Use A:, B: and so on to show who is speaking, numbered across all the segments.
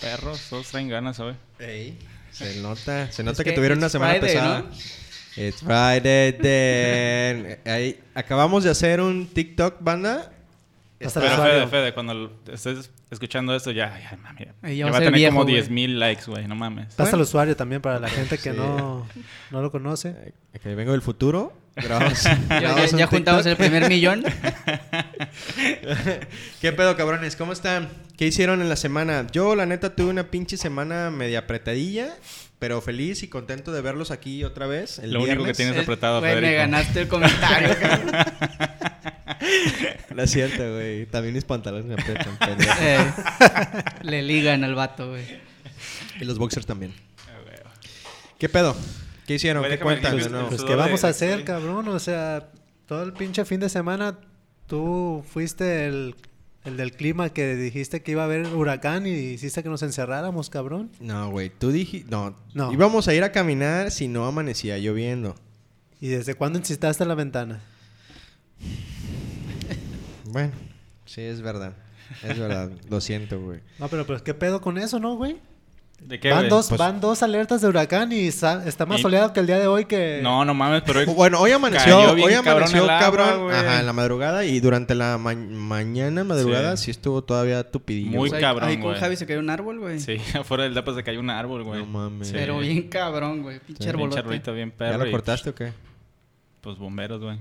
A: Perros, todos traen ganas, ¿sabes?
B: Ey.
C: Se nota, se nota
B: Es
C: que,
B: que
C: tuvieron
B: it's
C: una semana
B: Friday,
C: pesada. It's Friday then. Ahí, acabamos de hacer un TikTok, banda.
B: Hasta el
A: Pero Fede,
B: usuario.
A: Fede, cuando lo- estés escuchando esto, ya, ya, mami. Ya,
D: Ahí ya
A: va
D: vas
A: a
D: a ser
A: tener
D: viejo,
A: como
D: güey.
A: 10 mil likes, güey, no mames.
B: Hasta el usuario también para la gente que
C: Sí.
B: no, no lo conoce.
C: Eh, Que vengo del futuro. Grabamos.
D: Ya, ya-
C: grabamos un
D: ya juntamos el
C: TikTok.
D: primer millón.
C: ¿Qué pedo, cabrones? ¿Cómo están? ¿Qué hicieron en la semana? Yo, la neta, tuve una pinche semana media apretadilla, pero feliz y contento de verlos aquí otra vez. El
A: Lo único que
C: viernes.
A: tienes- Es apretado,
D: Güey, me
A: Federico.
D: ganaste el comentario. cabrón.
C: No es cierto, güey. También mis pantalones me apretan, pendejo.
D: Eh, le ligan al vato, güey.
C: Y los boxers también.
A: Ah, güey.
C: ¿Qué pedo? ¿Qué hicieron?
A: Güey,
C: ¿Qué
A: déjame
C: cuentan?
A: limpio
C: de nuevo?
A: esto.
B: Pues,
A: sudor
B: ¿qué vamos
A: de-
B: a hacer,
A: sí.
B: cabrón? O sea, todo el pinche fin de semana tú fuiste el, el del clima que dijiste que iba a haber huracán y hiciste que nos encerráramos, cabrón.
C: No, güey. Tú dijiste... No.
B: No.
C: Íbamos a ir a caminar si no amanecía lloviendo.
B: ¿Y desde cuándo insistaste en la ventana?
C: Bueno. Sí, es verdad. Es verdad. Lo siento, güey.
B: No, pero pues qué pedo con eso, ¿no, güey?
A: ¿De qué,
B: Van
A: güey?
B: dos,
A: Pues-
B: van dos alertas de huracán y sa- está más
A: Y-
B: soleado que el día de hoy que...
A: No, no mames, pero hoy...
C: Bueno, hoy
A: Cayó
C: amaneció,
A: bien
C: hoy
A: cabrón
C: amaneció
A: el agua,
C: cabrón,
A: güey.
C: ajá, en la madrugada y durante la ma- mañana madrugada
A: Sí.
C: sí, estuvo todavía tupidillo.
A: Muy
C: güey.
D: sea,
A: cabrón,
D: Pues Ahí con
A: güey.
D: Javi se cayó un árbol, güey.
A: Sí, afuera del DAPA se cayó un árbol, güey.
C: No mames.
A: Sí.
D: Pero bien cabrón, güey. Pinche
A: Pinche
D: arbolote.
A: arbolito, bien perro.
C: ¿Ya lo
A: y,
C: cortaste o qué?
A: Pues bomberos, güey.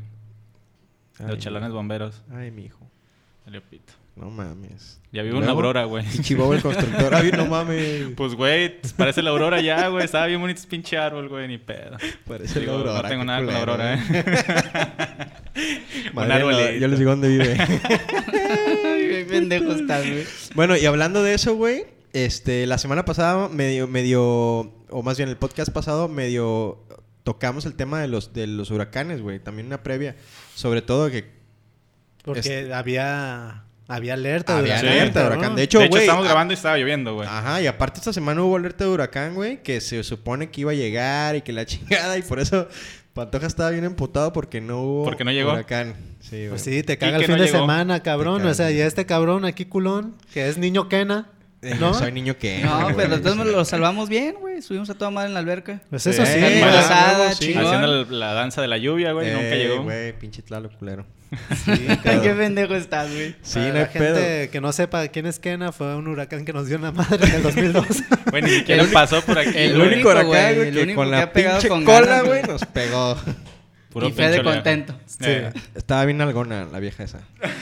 A: Los
C: Ay,
A: chalanes bomberos.
C: Ay, mijo.
A: Salió pito.
C: No mames.
A: Ya
C: ¿Y
A: vivo una
C: luego?
A: aurora, güey.
C: Y Chihuahua el constructor. Ay, no mames.
A: Pues, güey, parece la aurora ya, güey. Estaba bien bonito ese pinche árbol, güey, ni pedo.
C: Parece
A: Digo,
C: la aurora.
A: No
C: qué
A: tengo nada con la
C: culero,
A: aurora,
C: güey.
A: ¿eh?
C: Madre,
A: Un
C: no,
A: arbolito.
C: yo les digo dónde vive.
D: Ay, qué pendejo estás, güey.
C: bueno, y hablando de eso, güey, este, la semana pasada medio, medio, o más bien el podcast pasado medio tocamos el tema de los, de los huracanes, güey. También una previa, sobre todo que
B: Porque había, había alerta de
C: había
B: huracán.
A: Sí.
C: alerta de
B: cabrón.
C: huracán. De
A: De hecho,
C: hecho, güey,
A: estamos
C: a-
A: grabando y estaba lloviendo, güey.
C: Ajá, y aparte esta semana hubo alerta de huracán, güey, que se supone que iba a llegar y que la chingada, y por eso Pantoja estaba bien emputado porque no hubo
A: Porque no llegó.
C: huracán. Sí, güey.
B: Pues sí,
A: Y
B: te caga
A: que
B: el fin
A: no
B: de
A: llegó.
B: semana, cabrón.
C: Te
B: O sea,
C: caga.
B: y este cabrón aquí culón, que es niño Kena,
C: Eh,
B: ¿no?
C: Soy niño que.
D: No,
C: güey.
D: pero entonces lo salvamos bien, güey. Subimos a toda madre en la alberca.
B: Pues eso
C: Sí,
B: sí.
C: güey.
D: Embarazada,
C: Sí.
D: chingón.
A: Haciendo la, la danza de la lluvia, güey.
C: Eh,
A: nunca llegó.
C: Güey, pinche tlalo culero.
D: Ay, qué pendejo estás, güey.
C: Sí,
B: Para
C: no hay
B: la gente
C: pedo.
B: que no sepa quién es Kena, fue un huracán que nos dio en la madre en el 2002.
A: Güey, ni siquiera pasó por aquí.
D: el
C: El
A: güey.
C: único huracán,
D: güey,
C: güey,
D: el
C: que
D: único
C: con
D: que
C: la
D: ha pegado
C: pinche
D: con
C: cola,
D: ganas,
C: güey,
D: güey.
C: nos pegó.
A: Puro
D: y Fede
A: pinche oleo.
D: contento.
A: Eh,
C: Estaba bien algona la vieja esa.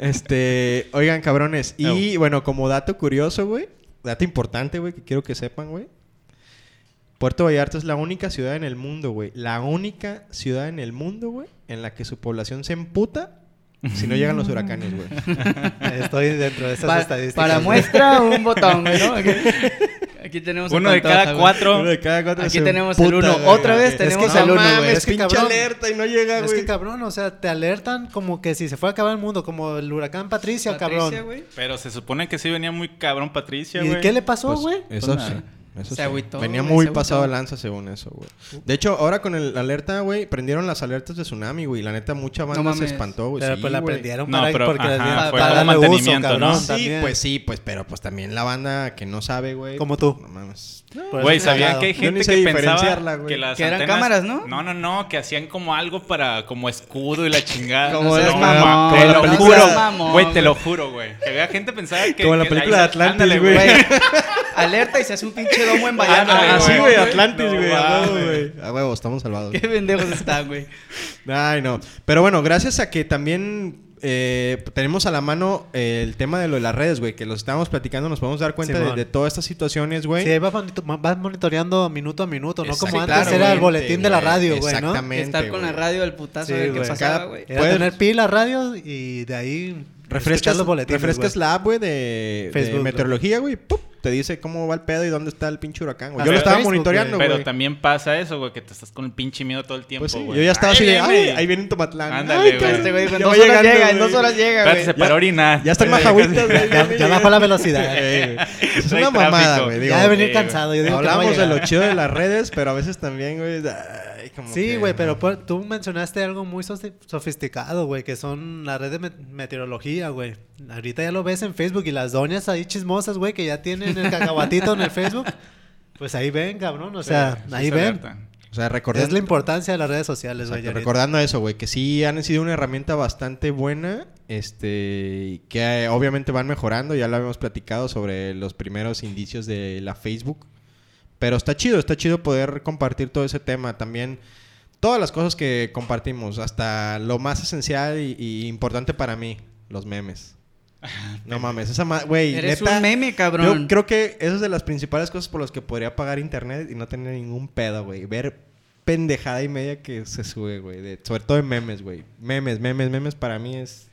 C: este, oigan, cabrones. Y bueno, como dato curioso, güey, dato importante, güey, que quiero que sepan, güey. Puerto Vallarta es la única ciudad en el mundo, güey. La única ciudad en el mundo, güey, en la que su población se emputa si no llegan los huracanes, güey.
B: Estoy dentro de esas
D: Pa-
B: estadísticas.
D: para
B: güey.
D: muestra, un botón, güey, ¿no? Aquí, aquí tenemos el
A: Uno de
D: contador,
A: cada
D: güey.
A: cuatro.
C: Uno de cada cuatro
D: Aquí
C: se
D: tenemos el
C: emputa,
D: uno.
C: güey.
D: Otra vez
C: Es
D: tenemos
C: que
D: al
C: no
D: uno, güey.
C: mames,
B: Es que
C: pinche
B: cabrón.
C: alerta y no llega,
B: Es
C: güey.
B: que cabrón, o sea, te alertan como que si se fuera a acabar el mundo, como el huracán Patricia,
D: Patricia,
B: cabrón.
D: güey.
A: Pero se supone que sí venía muy cabrón Patricia,
B: ¿Y
A: güey.
B: qué le pasó,
C: Pues,
B: güey?
C: Eso
A: Pues
C: sí.
A: nada.
C: Eso
D: Se
C: sí.
D: agüitó,
C: Venía
D: güey,
C: muy
D: se
C: pasado de
D: agüitó.
C: lanza según eso, güey. De hecho, ahora con el alerta, güey, prendieron las alertas de tsunami, güey. La neta, mucha banda se
D: mames.
C: espantó, güey.
B: Pero
C: Sí,
B: pues la
C: güey.
B: prendieron
A: No,
B: para,
A: pero,
B: porque le
A: ajá,
B: dieron-
D: fue
B: para
D: como
B: darle uso,
A: mantenimiento, ¿no?
B: cabrón.
C: Sí,
B: también.
C: pues sí, pues, pero pues también la banda que no sabe, güey.
B: Como tú.
C: No mames.
B: Por
A: Güey,
B: eso es
A: ¿sabían
B: cagado.
A: que hay
C: Pues Yo ni
A: gente
C: sé
A: que pensaba
C: diferenciarla, güey.
A: que las
D: Que eran
A: antenas-
D: cámaras, ¿no?
A: No, no, no, que hacían como algo para, como escudo y la chingada.
D: Como
A: No
D: seas
A: no,
D: mamón,
A: ma-
C: como
A: Te
C: la
A: lo
C: película-
A: juro,
D: mamón,
A: güey, te
D: güey.
A: lo juro, güey. Que había gente que pensaba que...
C: Como la
A: que
C: película
A: ahí-
C: de Atlantis,
A: ándale,
C: güey.
D: Güey, alerta y se hace un pinche domo en Vallarta.
A: Ándale,
C: Así,
A: güey,
C: güey, Atlantis,
A: no
C: güey. a huevo,
A: mames.
C: güey. A huevo, estamos salvados.
D: Qué pendejos están, güey.
C: Ay, no. Pero bueno, gracias a que también eh, tenemos a la mano eh, el tema de lo de las redes, güey, que los estábamos platicando, nos podemos dar cuenta de,
B: Simón.
C: de todas estas situaciones, güey.
B: Sí, ahí vas, monito- vas monitoreando minuto a minuto, no como
C: Exactamente,
B: antes era el
C: güey.
B: boletín de la radio, güey, ¿no?
C: Exactamente.
D: Estar con la
C: güey.
D: radio al putazo
B: Sí,
D: de qué
B: güey.
D: pasaba,
C: Cada-
D: güey.
B: Era
C: Puedes-
B: tener pila radio y de ahí escuchar
C: Refrescas,
B: los boletines.
C: refrescas
B: güey.
C: la app, güey, de, de
B: Facebook, güey.
C: meteorología, güey. ¡pup! Te dice cómo va el pedo y dónde está el pinche huracán, güey.
B: Ah,
C: Yo lo
A: pero-
C: estaba
B: Facebook,
C: monitoreando, güey.
A: Pero también pasa eso, güey, que te estás con el pinche miedo todo el tiempo,
C: Pues sí,
A: güey.
C: yo ya estaba así de,
A: viene.
C: ay, ahí viene un Tomatlán.
A: Ándale,
C: Ay,
A: güey.
C: cabrón,
D: Este güey, dijo, en
C: ya
D: dos
C: va
D: horas
C: llegando,
D: llega, en
C: güey.
D: dos horas llega,
A: Espérate,
D: güey.
A: se paró a orinar.
C: Ya está en
A: Güey,
C: Majahuitas, güey.
B: Ya, ya bajó la velocidad. güey.
C: Ey, güey. Es
A: Trae
C: una mamada,
A: tráfico.
C: güey. digo. eh,
B: ya de venir
A: sí,
B: cansado. Yo digo que no va a
C: Hablamos de
B: llegar.
C: lo chido de las redes, pero a veces también, güey. ay, como
B: Sí,
C: que-
B: güey, pero pues, por- tú mencionaste algo muy sofi- sofisticado, güey, que son las redes de met- meteorología, güey. Ahorita ya lo ves en Facebook y las doñas ahí chismosas, güey, que ya tienen en el cacahuatito en el Facebook, pues ahí ven, cabrón. O sea,
A: Sí,
B: ahí
A: se
B: ven.
A: alerta.
C: O sea,
B: Es la
C: recordando,
B: importancia de las redes sociales, güey.
C: exacto,
B: Yaritza.
C: recordando eso, güey, que sí han sido una herramienta bastante buena, este, y que eh, obviamente van mejorando, ya lo habíamos platicado sobre los primeros indicios de la Facebook, pero está chido, está chido poder compartir todo ese tema también. Todas las cosas que compartimos, hasta lo más esencial y, y importante para mí, los memes. No mames, esa ma- güey,
D: Eres
C: neta,
D: un meme, cabrón.
C: Yo creo que esa es de las principales cosas por las que podría pagar internet y no tener ningún pedo, güey. Ver pendejada y media que se sube, güey. de- Sobre todo en memes, güey. Memes, memes, memes para mí es...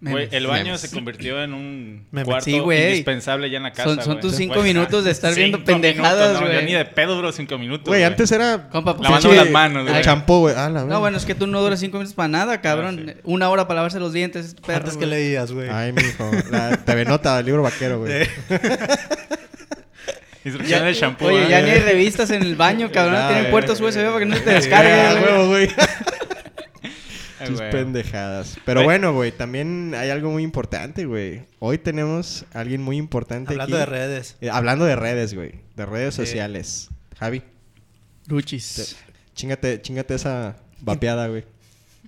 D: Memes.
A: Güey, el baño
C: Memes.
A: se convirtió en un
B: Memes.
A: cuarto
D: Sí, güey.
A: indispensable ya en la casa.
D: Son- son
A: güey.
D: tus cinco
A: Güey,
D: minutos de estar viendo
A: cinco
D: pendejadas,
A: minutos, no,
D: güey.
A: yo ni de pedo, bro, cinco minutos.
C: Güey, antes era...
D: Compa, pues,
A: Lavando
C: pinche
A: las manos, güey.
C: Champú, güey. Ah, la verga.
D: No, bueno, es que tú no duras cinco minutos para nada, cabrón.
A: Ah, sí.
D: Una hora para lavarse los dientes, perro.
B: Antes que
D: güey.
B: leías, güey.
C: Ay, mijo. La TV nota del libro vaquero, güey. Eh,
A: Instrucciones de shampoo.
D: Oye,
A: ¿eh?
D: ya ni hay revistas en el baño, cabrón.
C: Ya,
D: Tienen
C: güey.
D: puertos USB para que no se te
C: Ah,
D: descargue. güey.
C: huevo, güey.
A: Ah,
C: Tus
A: Eh, güey.
C: pendejadas. Pero
A: Güey.
C: bueno, güey, también hay algo muy importante, güey. Hoy tenemos a alguien muy importante
B: Hablando
C: aquí.
B: de redes.
C: Eh, hablando de redes, güey. De redes
B: Sí.
C: sociales. Javi,
D: Luchis.
C: chingate, chingate esa vapeada, güey.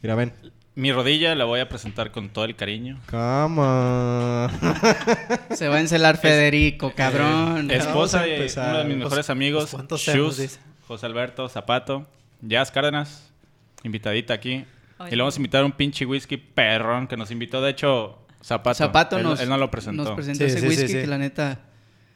C: Mira, ven.
A: Mi rodilla la voy a presentar con todo el cariño.
C: Cama.
D: Se va a encelar Federico, cabrón.
A: Eh, esposa
C: Vamos a
A: de
C: empezar.
A: uno de mis
D: Pues,
C: Los-
A: mejores amigos,
B: los cuantos temas,
A: Shus,
B: dice.
A: José Alberto Zapato, Jazz Cárdenas, invitadita aquí.
E: Hola.
A: Y le vamos a invitar un pinche whisky perrón que nos invitó. De hecho, Zapato.
D: Zapato
A: él,
D: nos,
A: él no lo presentó.
D: nos presentó
B: Sí,
D: ese
B: sí, sí,
D: whisky
B: sí.
D: que la neta.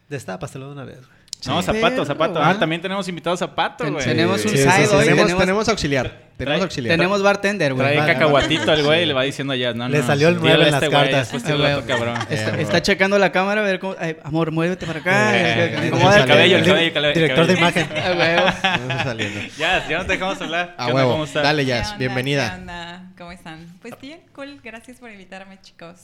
B: Destápaselo de una vez, güey.
A: No,
D: Sí.
A: Zapato,
D: Perro,
A: Zapato. Ah,
D: ¿ah?
A: también tenemos invitado a Zapato,
D: Ten-
A: güey.
D: tenemos un
A: Sí,
D: side
A: sí, sí.
D: hoy,
C: tenemos,
D: tenemos-
C: tenemos auxiliar. Ah, Tenemos
A: Trae-
C: auxiliar.
D: Tenemos bartender, güey.
A: Trae
C: Vale,
A: cacahuatito al güey y le va diciendo allá. No,
B: Le
A: no,
B: salió el
A: tírale
B: nueve
A: a
B: en las
A: güey,
B: cartas.
A: después
D: Ah,
A: tírale a
D: güey.
A: otro cabrón.
D: Está,
C: Eh,
D: está
C: güey.
D: checando la cámara a ver cómo. ay, amor, muévete para acá.
A: Eh,
D: Eh,
A: eh,
D: acomódate.
A: el cabello, el
B: Di-
A: cabello, el cabello.
B: Director de imagen.
D: Ah, güey.
C: Estamos saliendo.
A: Ya, ya no te dejamos hablar.
C: A
A: ¿Qué onda?
C: huevo.
A: ¿Cómo estás?
C: Dale,
E: ¿Qué
C: Jazz.
E: onda?
C: Bienvenida.
E: ¿Qué onda? ¿Cómo están? Pues bien, cool. Gracias por invitarme, chicos.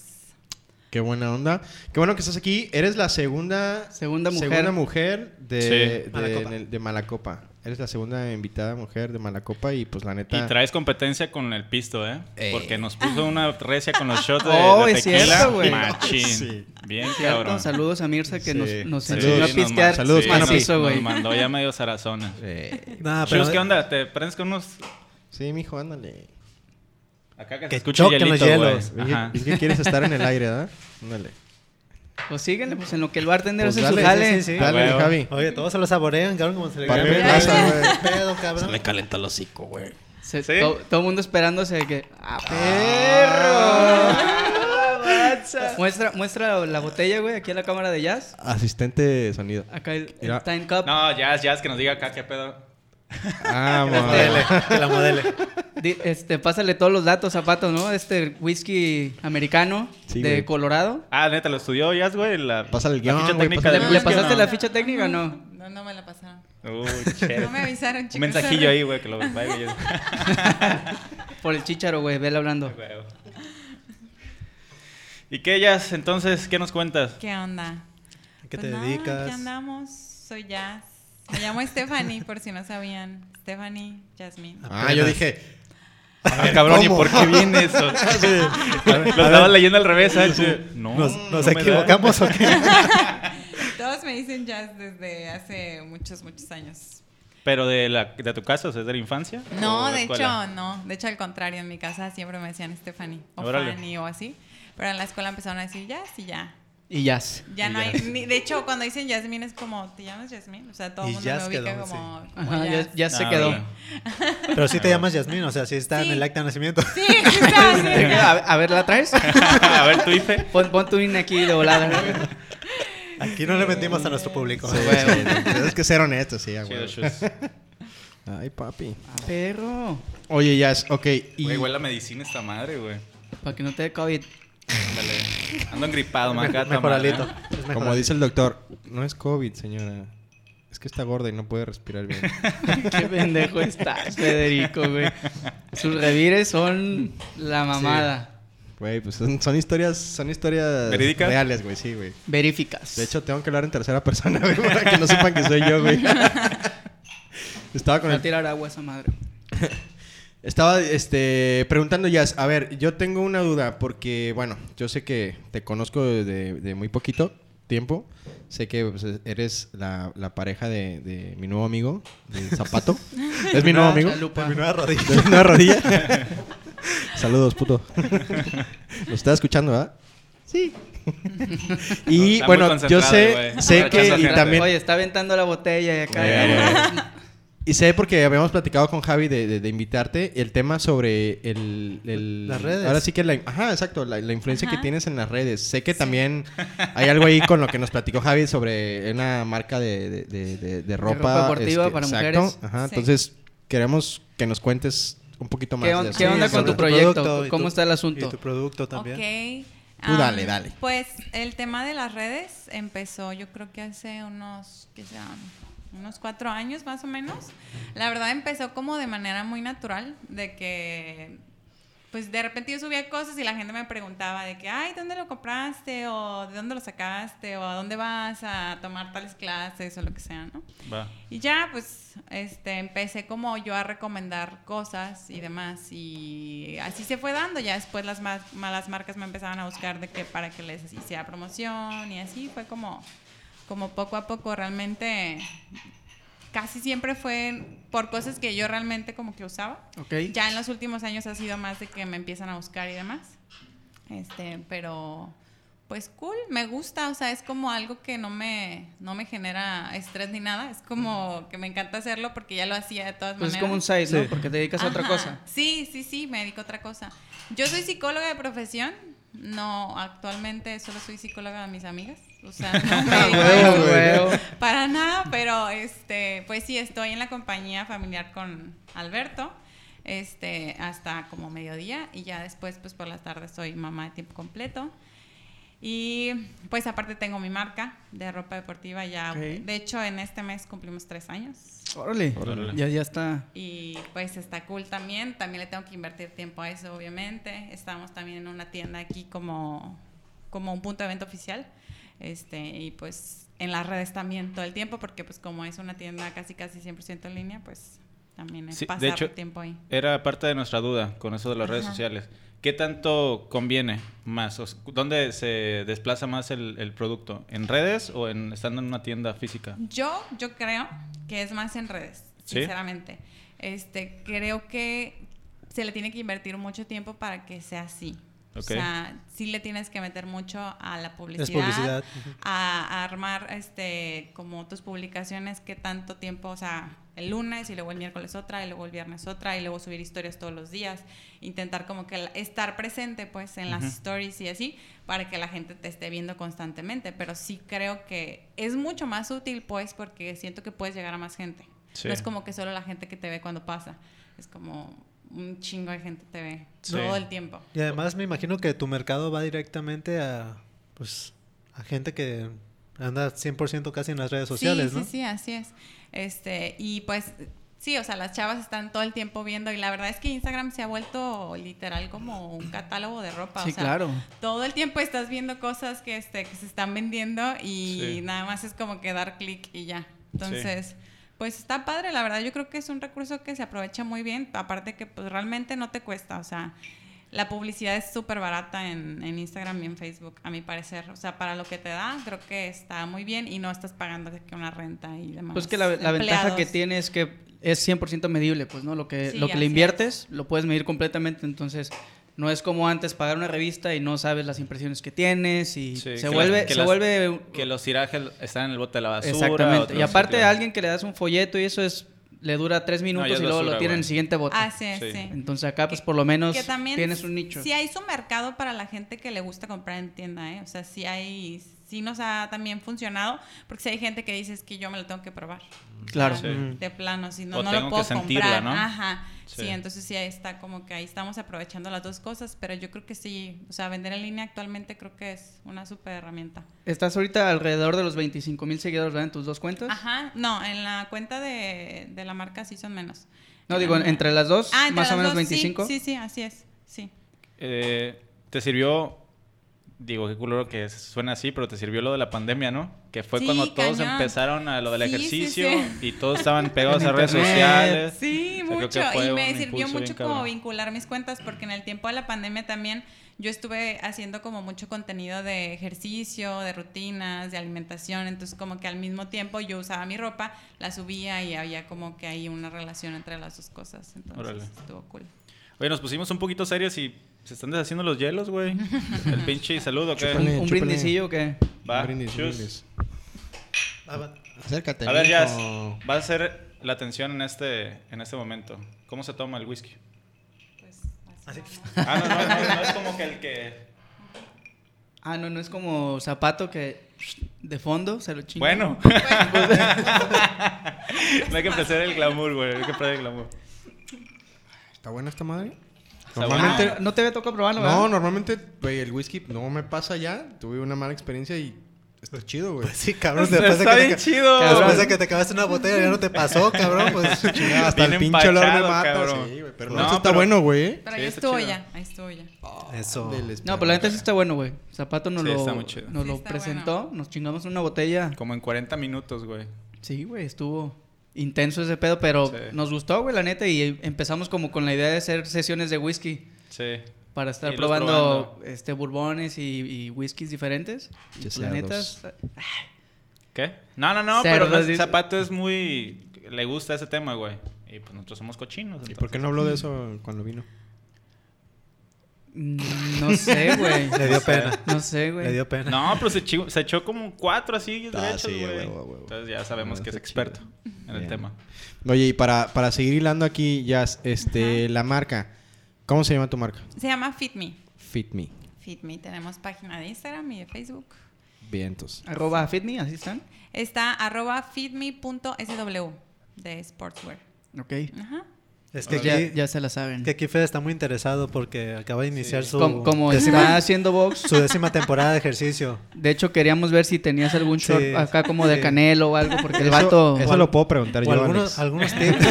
C: Qué buena onda. Qué bueno que estás aquí. Eres la segunda...
D: Segunda mujer.
C: Segunda mujer de,
A: Sí.
C: de,
B: Malacopa.
C: en el- de Malacopa. Eres la segunda invitada mujer de Malacopa y pues la neta...
A: Y traes competencia con el pisto, ¿eh?
C: Eh.
A: Porque nos puso una recia con los shots de,
D: Oh,
A: de
D: es
A: tequila.
D: cierto, güey.
A: Machín.
C: Sí.
A: Bien,
D: Cierto,
A: cabrón.
D: Saludos a Mirza que
C: Sí.
D: nos, nos
A: Sí,
D: enseñó a
A: nos
D: pistear.
A: mandó-
C: Saludos,
A: sí,
C: Panopi.
D: macizo,
A: nos,
D: güey.
A: nos mandó ya medio zarazona.
C: Eh,
B: Nada, pero.
A: Chus, ¿qué onda? ¿Te prendes con unos...?
C: sí, mijo, ándale.
A: Acá que, se
B: Que
A: escucha
B: choquen los
A: hielito, güey.
B: hielos.
C: Es que-
A: Ajá.
C: es que quieres estar en el aire, ¿verdad? Ándale.
D: Pues síguenle, pues en lo que el bartender
C: Pues
D: hace su
C: dale,
D: jale.
B: sí, sí, sí.
C: Dale,
A: huevo.
C: Javi.
B: Oye, todos se lo saborean, cabrón, como se le
C: Para mí me
B: el
C: pasa, güey.
B: pedo, cabrón.
C: calenta el hocico, güey.
D: Se-
A: ¿Sí?
D: to- todo el mundo esperándose de que. ¡Ah, perro! muestra, muestra la botella, güey, aquí a la cámara de jazz.
C: Asistente de sonido.
D: Acá el, el
C: Mira.
D: Time Cup.
A: No, Jazz, Jazz, que nos diga acá qué pedo. Este,
C: Vamos.
B: Que la modele.
D: Di- este, pásale todos los datos, zapatos, ¿no? Este whisky americano
C: Sí,
D: de
C: güey.
D: Colorado.
A: Ah, neta, lo estudió Jazz, güey. La,
C: Pásale el
A: la
C: guión,
A: ficha
C: güey,
A: técnica
C: pásale
A: del
C: el
D: ¿Le
A: whisky,
D: pasaste
A: ¿no?
D: la ficha técnica o no?
E: No, no me la pasaron.
A: Uy, che.
E: No me avisaron, chicos.
A: Un mensajillo ahí, güey, que lo vaya bien.
D: Por el chicharo, güey, vele hablando.
A: ¿Y qué, Jazz? Entonces, ¿qué nos cuentas?
E: ¿Qué onda?
B: ¿A ¿Qué
E: Pues
B: te
E: nada, Aquí
B: dedicas?
E: andamos. Soy Jazz. Me llamo Stephanie, por si no sabían. Stephanie, Jasmine.
C: Ah, yo dije.
A: Ah, cabrón, ¿y
C: ¿cómo?
A: por qué viene eso? Lo estaba leyendo al revés, ¿sabes? No,
B: ¿Nos,
A: no
B: nos
A: me da.
B: equivocamos o qué?
E: Todos me dicen Jazz desde hace muchos, muchos años.
A: ¿Pero de, la, de tu casa? O sea, ¿es de la infancia? ¿O
E: No,
A: Oh, la
E: de
A: escuela?
E: hecho, no. De hecho, al contrario, en mi casa siempre me decían Stephanie o
A: Órale.
E: Fanny o así. Pero en la escuela empezaron a decir Jazz y ya.
D: Y jazz.
E: Ya no
A: Y
E: hay.
A: Jazz.
E: ni- de hecho, cuando dicen Jasmine es como, ¿te llamas Jasmine? O sea, todo
B: Y
E: el mundo
B: Jazz
E: me ubica
B: quedó,
E: como. como
D: Ajá, ya,
E: Jazz.
D: ya se
A: Ah,
D: quedó.
A: bueno.
B: Pero sí te llamas Yasmín, o sea, sí está en
E: Sí.
B: el acta de nacimiento.
E: Sí, sí,
C: Ah,
E: está, sí,
D: Te-
E: está.
D: A, a ver, ¿la traes?
A: A ver, tú dices.
D: Pon, pon tu INE aquí de volada. ¿no?
B: Aquí no le mentimos a nuestro público.
D: Sí, güey.
C: Tienes que ser honesto, sí, ah,
A: Chido,
C: güey.
A: chus.
C: Ay, papi.
D: Perro.
C: Oye, Jazz, ok. Y
A: Güey, huele la medicina esta madre, güey.
D: Para que no te dé COVID.
A: Ándale. Ando engripado, macata.
B: Mejoralito.
A: madre.
B: Es mejor.
C: como dice el doctor, no es COVID, señora. Es que está gorda y no puede respirar bien.
D: Qué pendejo estás, Federico, güey. Sus revires son la mamada.
C: Güey, pues son, son historias, son historias
A: ¿Verídicas?
C: reales, güey, sí, güey.
D: Verificas.
C: De hecho, tengo que hablar en tercera persona, güey, para que no sepan que soy yo, güey. Estaba con
D: no
C: el
D: tirar agua a esa madre.
C: Estaba este, preguntando, Jazz, a ver, yo tengo una duda, porque, bueno, yo sé que te conozco de, de muy poquito, tiempo. Sé que pues, eres la, la pareja de, de mi nuevo amigo, de Zapato. es mi nuevo amigo.
D: Chalupa.
C: rodilla. De mi nueva rodilla. Saludos, puto. Lo estás escuchando, ¿verdad? Sí. y
A: Está muy
C: bueno, yo
A: concentrado,
C: sé,
A: güey.
C: sé que y
A: Rechaza,
C: también
D: Oye, está aventando la botella y acá.
C: Ya, ya, ya. Y sé porque habíamos platicado con Javi de, de- de invitarte el tema sobre el, el-
B: Las redes.
C: Ahora sí que la... Ajá, exacto, la, la influencia
E: Ajá.
C: que tienes en las redes. Sé que también hay algo ahí con lo que nos platicó Javi sobre una marca de, de- de- de- de ropa. este,
D: ropa deportiva para mujeres.
C: Ajá,
E: Sí.
C: entonces queremos que nos cuentes un poquito más
D: ¿Qué,
C: de
D: on-
C: eso.
D: qué onda con
B: sobre
D: tu
B: tu
D: proyecto?
B: producto y
D: ¿Cómo
B: tu-
D: está el
B: Y
D: asunto?
B: tu producto también.
E: Ok.
C: Tú dale, dale.
E: Pues el tema de las redes empezó yo creo que hace unos, ¿qué serán? Unos cuatro años más o menos. La verdad empezó como de manera muy natural, de que pues de repente yo subía cosas y la gente me preguntaba de que, ay, ¿dónde lo compraste? O ¿de dónde lo sacaste? O ¿a dónde vas a tomar tales clases? O lo que sea, ¿no?
A: Va.
E: Y ya, pues, este, empecé como yo a recomendar cosas y demás. Y así se fue dando. Ya después las ma- malas marcas me empezaban a buscar de que para que les hiciera promoción y así. Fue como, como poco a poco realmente... Casi siempre fue por cosas que yo realmente como que usaba.
D: Ok.
E: Ya en los últimos años ha sido más de que me empiezan a buscar y demás. Este, pero pues cool, me gusta, o sea, es como algo que no me no me genera estrés ni nada, es como que me encanta hacerlo porque ya lo hacía de todas
D: Pues
E: maneras.
D: es como un site, ¿no?
B: Sí.
D: Porque te dedicas a otra
E: Ajá.
D: cosa.
E: Sí, sí, sí, me dedico a otra cosa. Yo soy psicóloga de profesión. No, actualmente solo soy psicóloga de mis amigas. O sea, no me dedico a
D: Ah, Huevo,
E: eso
D: huevo.
E: para nada, pero este, pues sí, estoy en la compañía familiar con Alberto. Este, hasta como mediodía y ya después pues por las tardes soy mamá de tiempo completo. Y pues aparte tengo mi marca de ropa deportiva ya.
D: Ok.
E: De hecho, en este mes cumplimos tres años.
D: Órale.
A: Órale.
D: Ya, ya está.
E: Y pues está cool también. También le tengo que invertir tiempo a eso, obviamente. Estamos también en una tienda aquí como, como un punto de venta oficial. Este, y pues en las redes también todo el tiempo, porque pues como es una tienda casi casi 100% en línea, pues también es
A: Sí, de
E: pasar
A: hecho-
E: tiempo ahí.
A: Era parte de nuestra duda con eso de las redes
E: Ajá.
A: sociales. ¿Qué tanto conviene más? O sea, ¿Dónde se desplaza más el, el producto? ¿En redes o en estando en una tienda física?
E: Yo, yo creo que es más en redes,
A: ¿Sí?
E: sinceramente. Este, creo que se le tiene que invertir mucho tiempo para que sea así. O
A: Ok.
E: sea, sí le tienes que meter mucho a la publicidad.
B: Es publicidad.
E: A, a armar este como tus publicaciones que tanto tiempo, o sea, el lunes y luego el miércoles otra y luego el viernes otra y luego subir historias todos los días, intentar como que la- estar presente pues en las
A: Ujú.
E: stories y así para que la gente te esté viendo constantemente, pero sí creo que es mucho más útil pues porque siento que puedes llegar a más gente.
A: Sí.
E: No es como que solo la gente que te ve cuando pasa, es como un chingo de gente te ve
A: Sí.
E: todo el tiempo.
B: Y además me imagino que tu mercado va directamente a, pues, a gente que anda 100% casi en las redes sociales,
E: sí,
B: ¿no?
E: Sí, sí, así es. Este, y pues sí, o sea, las chavas están todo el tiempo viendo y la verdad es que Instagram se ha vuelto literal como un catálogo de ropa,
D: Sí,
E: o sea,
D: claro.
E: todo el tiempo estás viendo cosas que este que se están vendiendo y
A: Sí.
E: nada más es como que dar clic y ya. Entonces, pues está padre, la verdad yo creo que es un recurso que se aprovecha muy bien, aparte que pues realmente no te cuesta, o sea, la publicidad es súper barata en, en Instagram y en Facebook, a mi parecer. O sea, para lo que te da, creo que está muy bien y no estás pagando de que una renta y demás.
D: Pues que la, la ventaja
E: Empleados.
D: que tiene es que es 100% medible, pues, ¿no? Lo que,
E: Sí,
D: lo que
E: así
D: le inviertes lo puedes medir completamente, entonces no es como antes pagar una revista y no sabes las impresiones que tienes y
A: Sí,
D: se
A: que
D: vuelve
A: las- que
D: se
A: las-
D: vuelve
A: Que los tirajes están en el bote de la basura.
D: exactamente.
A: otros-
D: Y aparte
A: sí,
D: a alguien que le das un folleto y eso es le dura tres minutos
A: ya es
D: y luego
A: basura,
D: lo tiene en
A: güey.
D: el siguiente bote.
E: Así es,
A: Sí.
E: Ah, sí.
D: Entonces acá pues por lo menos
E: que también
D: tienes un nicho.
E: Sí hay su mercado para la gente que le gusta comprar en tienda, ¿eh? O sea, sí hay, sí nos ha también funcionado, porque si hay gente que dice es que yo me lo tengo que probar.
D: Claro.
A: Sí.
E: De plano, si no,
A: O
E: no
A: tengo
E: lo
A: que
E: puedo
A: sentirla,
E: comprar.
A: ¿no?
E: Ajá.
A: Sí.
E: Sí. entonces sí ahí está como que ahí estamos aprovechando las dos cosas, pero yo creo que sí, o sea, vender en línea actualmente creo que es una super herramienta.
D: Estás ahorita alrededor de los 25 mil seguidores, ¿verdad? En tus dos cuentas.
E: Ajá, no, en la cuenta de, de la marca sí son menos.
D: No digo en- entre las dos,
E: Ah, entre
D: más o
E: las
D: menos
E: dos, sí,
D: 25.
E: Sí, sí, así es, sí.
A: Eh, te sirvió, digo, qué culero que suena así, pero te sirvió lo de la pandemia, ¿no? Que fue
E: Sí,
A: cuando todos
E: cañón.
A: empezaron a lo del
E: Sí, sí,
A: ejercicio
E: sí.
A: y todos estaban pegados
D: En
A: a redes
D: internet.
A: sociales.
E: Sí,
A: creo
E: mucho
A: que fue
E: y
A: un
E: me
A: impulso
E: sirvió
A: bien
E: mucho como
A: cabrón.
E: vincular mis cuentas porque en el tiempo de la pandemia también yo estuve haciendo como mucho contenido de ejercicio, de rutinas, de alimentación, entonces como que al mismo tiempo yo usaba mi ropa, la subía y había como que ahí una relación entre las dos cosas, entonces
A: Órale.
E: estuvo cool.
A: Oye, nos pusimos un poquito serios y se están deshaciendo los hielos, güey. El pinche saludo, ¿qué?
D: ¿Un,
C: Chúpale,
D: un
C: chúpale.
D: brindicillo que
A: Va,
C: Brindis,
A: chus.
C: brindis.
B: Ah, va.
C: Acércate.
A: A ver, ya
C: mijo.
A: va a ser la atención en este, en este momento. ¿Cómo se toma el whisky?
E: Pues
B: Así.
E: así.
A: Ah, no, no, no, no es como que el que...
D: Ah, no, no es como zapato que de fondo se lo chinga.
A: Bueno. no hay que empezar el glamour, güey. Hay que empezar el glamour.
C: ¿Está buena esta madre?
A: Está
C: Normalmente...
D: Ah, no, no te había tocado probarlo, ¿verdad?
C: No, normalmente, güey, el whisky no me pasa ya. Tuve una mala experiencia y está chido, güey.
B: Pues sí, cabrón. Después de,
A: Está
B: que
A: bien
B: te,
A: chido.
B: después de que te acabaste una botella, ya no te pasó, cabrón. Pues
C: Chingada, hasta el
A: Bien
C: pinche olor me
A: empachado,
C: mata.
A: cabrón.
C: Sí, güey, pero no,
A: No,
C: esto está
A: pero-
C: bueno, güey. ¿eh? este,
E: Pero
A: Sí,
E: ahí
A: está
E: estuvo
A: chido.
E: ya, ahí estuvo ya.
B: Eso.
D: No, pero la neta sí está bueno, güey. Zapato nos
A: Sí,
D: lo,
A: está muy chido.
D: Nos
E: Sí,
D: lo
E: está
D: presentó, nos chingamos una botella.
A: Como en 40 minutos, güey.
D: Sí, güey, estuvo intenso ese pedo, pero
A: Sí.
D: nos gustó, güey, la neta. Y empezamos como con la idea de hacer sesiones de whisky
A: Sí.
D: para estar
A: Irlos
D: probando,
A: probando.
D: este burbones y, y whiskies diferentes. Y, pues
C: Ya
D: la
C: sea
D: neta,
C: dos.
D: está-
A: ¿Qué? No, no, no,
D: Cerdos,
A: pero el
D: dice.
A: Zapato es muy... Le gusta ese tema, güey. Y pues nosotros somos cochinos.
C: ¿Y
A: entonces.
C: por qué no habló de eso cuando vino?
D: mm, no sé, güey.
B: Le dio pena.
D: No sé, güey.
B: Le dio pena.
A: No, pero se, chi- se echó como cuatro así
C: Ah,
A: derechos,
C: sí,
A: güey.
C: huevo, huevo.
A: Entonces ya sabemos
C: Ah,
A: que es
C: está chido.
A: experto en el
C: Bien.
A: tema.
C: Oye, y para, para seguir hilando aquí, Jazz, este, la marca. ¿Cómo se llama tu marca?
E: Se llama Fit Me.
C: Fit Me.
E: Fit Me, tenemos página de Instagram y de Facebook.
C: Vientos.
D: Arroba fitme, así están.
E: Está arroba fitme.sw de Sportswear.
D: Ok.
E: Ajá.
B: Es que
D: ya,
B: aquí,
D: ya se la saben.
B: que aquí Fede está muy interesado porque acaba de iniciar su,
D: como como está
B: décima,
D: haciendo box,
B: su décima temporada de ejercicio.
D: de hecho queríamos ver si tenías algún
B: Sí.
D: short acá como de
B: Sí.
D: canelo o algo, porque el
C: Eso-
D: vato...
C: Eso lo puedo preguntar
B: O
C: yo, Alex.
B: algunos, algunos tips.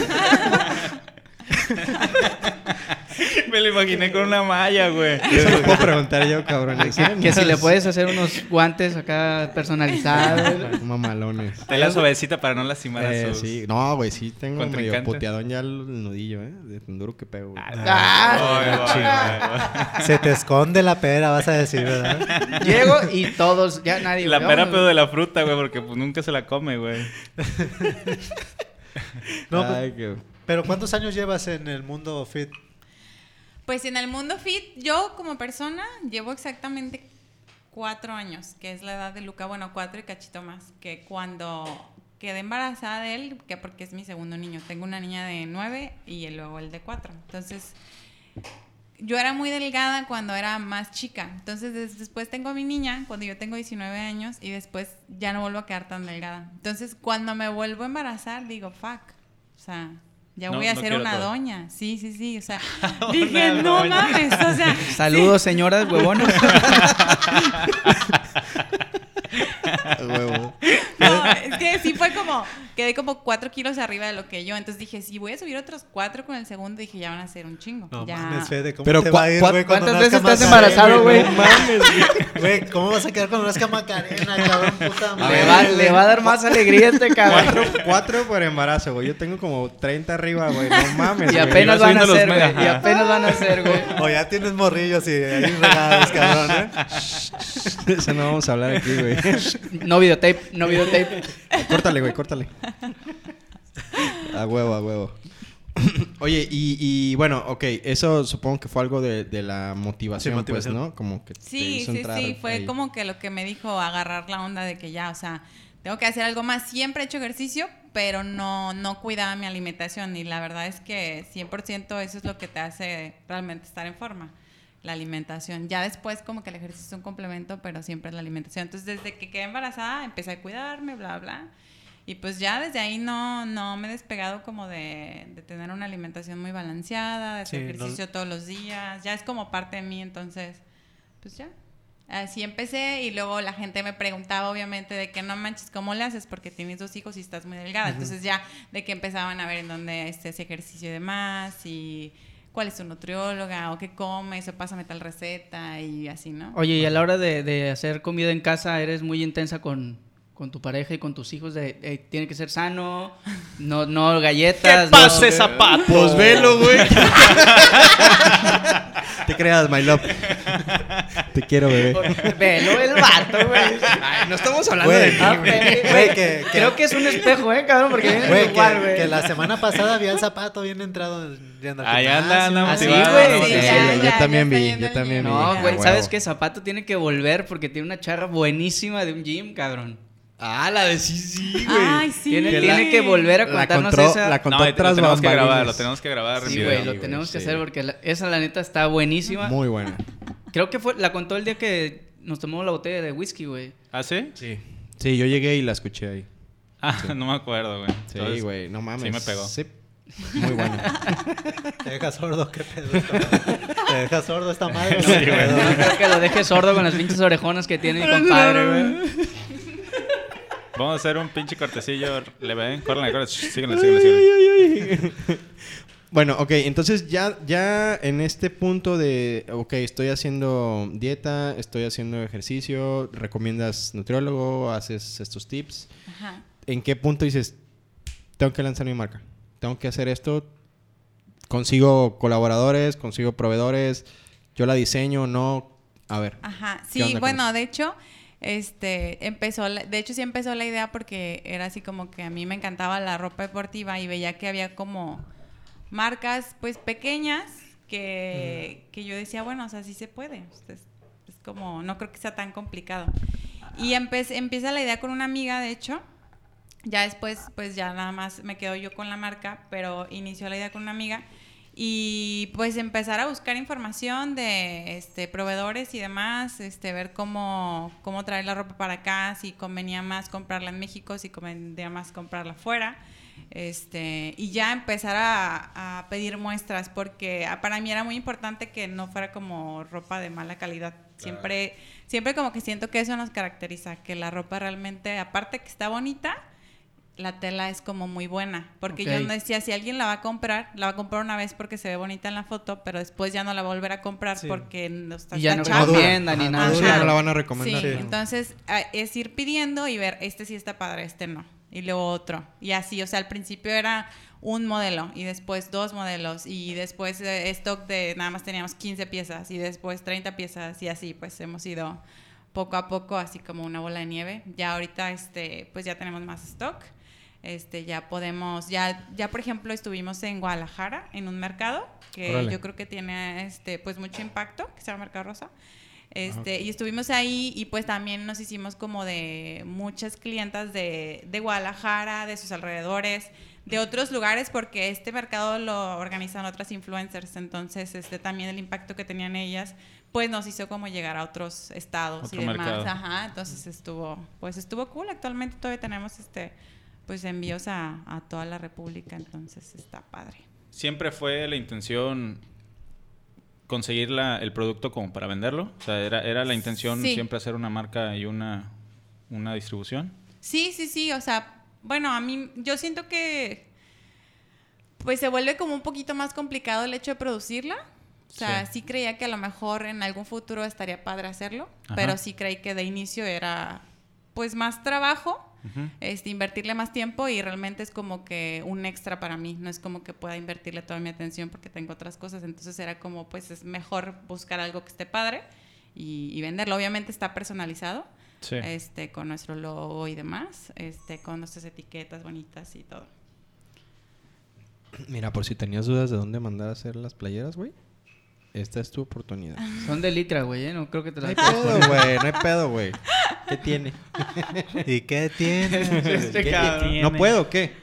A: Me lo imaginé con una malla, güey.
C: Eso lo puedo preguntar yo, cabrón.
D: Que si le puedes hacer unos guantes acá personalizados.
C: Ah, Mamalones.
A: Tela suavecita para no lastimar a
C: Eh,
A: sus...
C: sí. No, güey, sí tengo medio
A: Contrincante.
C: puteadón ya el nudillo, ¿eh? De tan duro que pego, güey.
D: Ah,
A: Ay, güey, güey.
B: Se te esconde la pera, vas a decir, ¿verdad?
D: llego y todos, ya nadie.
A: La
D: güey,
A: pera
D: vámonos.
A: pedo de la fruta, güey, porque pues nunca se la come, güey.
B: No,
C: Ay, qué-
B: Pero ¿cuántos años llevas en el mundo fit?
E: Pues en el mundo fit, yo como persona llevo exactamente cuatro años, que es la edad de Luca, bueno, cuatro y cachito más, que cuando quedé embarazada de él, que porque es mi segundo niño, tengo una niña de nueve y él luego el de cuatro. Entonces, yo era muy delgada cuando era más chica. Entonces, des- después tengo a mi niña, cuando yo tengo 19 años, y después ya no vuelvo a quedar tan delgada. Entonces, cuando me vuelvo a embarazar, digo, fuck. O sea, ya
A: No,
E: voy a
A: no
E: ser
A: quiero
E: una
A: todo.
E: doña. Sí, sí, sí. O sea, dije, no mames. O sea,
D: Saludos, señoras, huevonas.
C: huevo.
E: No, es que sí fue como, quedé como cuatro kilos arriba de lo que yo. Entonces dije, si voy a subir otros cuatro con el segundo, dije, ya van a ser un chingo.
B: No
E: ya.
B: mames, Fede, ¿cómo
C: Pero
B: te
C: cua-
B: va a ir,
C: cua-
B: güey, cuando
D: ¿cuántas veces
B: nazca
D: estás
B: Macarena,
D: embarazado, güey?
B: No mames, güey. güey. ¿cómo vas a quedar cuando nazca Macarena, cabrón? Puta madre.
D: le, va,
B: güey.
D: le va a dar más alegría este
C: Cuatro,
D: cabrón.
C: cuatro por embarazo, güey. Yo tengo como 30 arriba, güey. No mames.
D: Y
C: güey.
D: apenas
A: va
D: van
A: subiendo
D: a
A: los
D: ser, güey.
A: medios.
D: Y apenas van a ser, güey.
B: O ya tienes morrillos y ahí regados, cabrón, ¿eh?
C: Eso no vamos a hablar aquí, güey.
D: No videotape, no videotape.
C: córtale, güey, córtale. A huevo, a huevo. Oye, y, y bueno, ok, eso supongo que fue algo de, de la motivación,
B: Sí, motivación.
C: pues, ¿no? Como que te
E: Sí,
C: hizo
E: sí,
C: entrar
E: sí, fue
C: ahí.
E: como que lo que me dijo agarrar la onda de que ya, o sea, tengo que hacer algo más. Siempre he hecho ejercicio, pero no, no cuidaba mi alimentación y la verdad es que 100% eso es lo que te hace realmente estar en forma, la alimentación. Ya después como que el ejercicio es un complemento, pero siempre es la alimentación. Entonces desde que quedé embarazada empecé a cuidarme, bla, bla. Y pues ya desde ahí no, no me he despegado como de, de tener una alimentación muy balanceada, de hacer
B: Sí, no-
E: ejercicio todos los días, ya es como parte de mí, entonces pues ya. Así empecé y luego la gente me preguntaba obviamente de que no manches, ¿cómo le haces? Porque tienes dos hijos y estás muy delgada. Entonces ya de que empezaban a ver en dónde este ese ejercicio y demás y cuál es tu nutrióloga o qué comes o pásame tal receta y así, ¿no?
D: Oye, y a la hora de, de hacer comida en casa, ¿eres muy intensa con, con tu pareja y con tus hijos de "Ey, tiene que ser sano, no, no galletas.
A: ¡Que pase
D: no,
A: zapato!
C: Pues velo, güey. Te creas, my love. Te quiero, bebé.
D: Velo el vato, güey. Ay, no estamos hablando
B: Güey,
D: de ti, güey.
B: güey, que- que-
D: Creo que es un espejo, eh, cabrón, porque viene
B: Güey,
D: igual,
B: que,
D: güey.
B: que la semana pasada había el zapato bien entrado. en- ya anda al
A: Ahí anda,
B: gimnasio. Ah,
A: anda
D: Así,
A: motivado,
D: güey.
A: anda
E: Sí,
A: motivado.
E: ya,
C: yo
E: ya,
C: también
E: ya
C: vi,
E: está yendo
C: yo
E: el
C: también vi. Ah,
E: niño.
D: No,
E: Ya.
D: güey,
C: Huevo.
D: ¿sabes qué? Zapato tiene que volver porque tiene una charra buenísima de un gym, cabrón.
C: Ah, la de sí, sí,
E: Ay, sí.
D: tiene
C: Que la-
D: tiene que volver a
C: La
D: contarnos
C: contró,
D: esa.
C: la
A: No,
C: contó
A: lo tenemos
C: tras
A: que
C: bambalinas.
A: grabar, lo tenemos que grabar. en
D: Sí,
A: video.
D: güey, lo
C: güey,
D: tenemos que
C: sí.
D: hacer porque la- esa, la neta, está buenísima.
C: Muy buena.
D: Creo que fue, la contó el día que nos tomamos la botella de whisky, güey.
A: ¿Ah, sí?
C: Sí. Sí, yo llegué y la escuché ahí.
A: Ah, no me acuerdo, güey.
C: Sí,
A: Entonces,
C: güey, no mames.
A: sí me pegó.
C: Sí. Muy buena.
B: Te deja sordo, qué pedo. esta madre. Te deja sordo esta madre.
D: No,
B: qué pedo.
D: no creo que lo deje sordo con las pinches orejonas que tiene mi compadre, güey.
A: Vamos a hacer un pinche cortecillo. Le ven, córrenle, córrenle. Shh, Síguenle, síguenle, síguenle.
C: Bueno, ok, entonces ya, ya en este punto de, ok, estoy haciendo dieta, estoy haciendo ejercicio, recomiendas nutriólogo, haces estos tips.
E: Ajá.
C: ¿En qué punto dices, tengo que lanzar mi marca? Tengo que hacer esto, consigo colaboradores, consigo proveedores, yo la diseño, no, a ver.
E: Ajá,
C: ¿Qué onda
E: sí,
C: con
E: bueno,
C: eso?
E: de hecho, este, empezó, la- de hecho sí empezó la idea porque era así como que a mí me encantaba la ropa deportiva y veía que había como marcas, pues, pequeñas que,
C: Mm.
E: que yo decía, bueno, o sea, sí se puede, o sea, es, es como, no creo que sea tan complicado.
C: Ah.
E: Y empe- empieza la idea con una amiga, de hecho, ya después, pues ya nada más me quedo yo con la marca, pero inició la idea con una amiga y pues empezar a buscar información de este, proveedores y demás, este, ver cómo, cómo traer la ropa para acá, si convenía más comprarla en México, si convenía más comprarla fuera. Este, y ya empezar a, a pedir muestras, porque ah, para mí era muy importante que no fuera como ropa de mala calidad. Siempre, siempre como que siento que eso nos caracteriza, que la ropa realmente, aparte que está bonita, la tela es como muy buena. Porque yo
D: Ok.
E: no decía, si alguien la va a comprar, la va a comprar una vez porque se ve bonita en la foto, pero después ya no la va a volver a comprar
B: Sí.
E: porque no está
D: Y ya no
E: está
B: chapa.
D: recomienda ni
B: Ajá,
D: nada.
C: Sí,
E: Ajá.
C: no la van a recomendar.
E: Sí,
B: ¿no?
E: entonces a- es ir pidiendo y ver, este sí está padre, este no. Y luego otro. Y así, o sea, al principio era un modelo y después dos modelos y después eh, stock de nada más teníamos 15 piezas y después 30 piezas y así, pues hemos ido poco a poco, así como una bola de nieve. Ya ahorita, este, pues ya tenemos más stock. Este, ya podemos, ya, ya por ejemplo estuvimos en Guadalajara, en un mercado, que
C: Órale.
E: yo creo que tiene, este, pues mucho impacto, que se llama Mercado Rosa. Este, y estuvimos ahí y pues también nos hicimos como de muchas clientas de, de Guadalajara, de sus alrededores, de otros lugares, porque este mercado lo organizan otras influencers, entonces este también el impacto que tenían ellas, pues nos hizo como llegar a otros estados
A: Otro
E: y demás.
A: mercado.
E: Ajá, entonces estuvo, pues estuvo cool. Actualmente todavía tenemos este pues envíos a, a toda la república, entonces está padre.
A: Siempre fue la intención conseguir la- el producto como para venderlo. O sea, era, era la intención
E: Sí.
A: siempre hacer una marca y una, una distribución.
E: Sí, sí, sí, o sea, bueno, a mí yo siento que pues se vuelve como un poquito más complicado el hecho de producirla. O sea, sí, creía que a lo mejor en algún futuro estaría padre hacerlo,
A: Ajá.
E: pero sí creí que de inicio era pues más trabajo,
A: Ujú.
E: este, invertirle más tiempo y realmente es como que un extra para mí, no es como que pueda invertirle toda mi atención porque tengo otras cosas, entonces era como pues es mejor buscar algo que esté padre y- y venderlo. Obviamente está personalizado,
A: Sí.
E: este, con nuestro logo y demás, este, con nuestras etiquetas bonitas y todo.
C: Mira, por si tenías dudas de dónde mandar a hacer las playeras, güey, esta es tu oportunidad.
E: Ah.
D: Son de licra, güey, ¿eh? No creo que te
C: No
D: la
C: hay pedo, güey, no hay pedo, güey. ¿Qué tiene?
B: ¿Y qué tiene?
D: Este
C: ¿Qué
D: cabrón.
C: tiene? ¿No puedo o qué?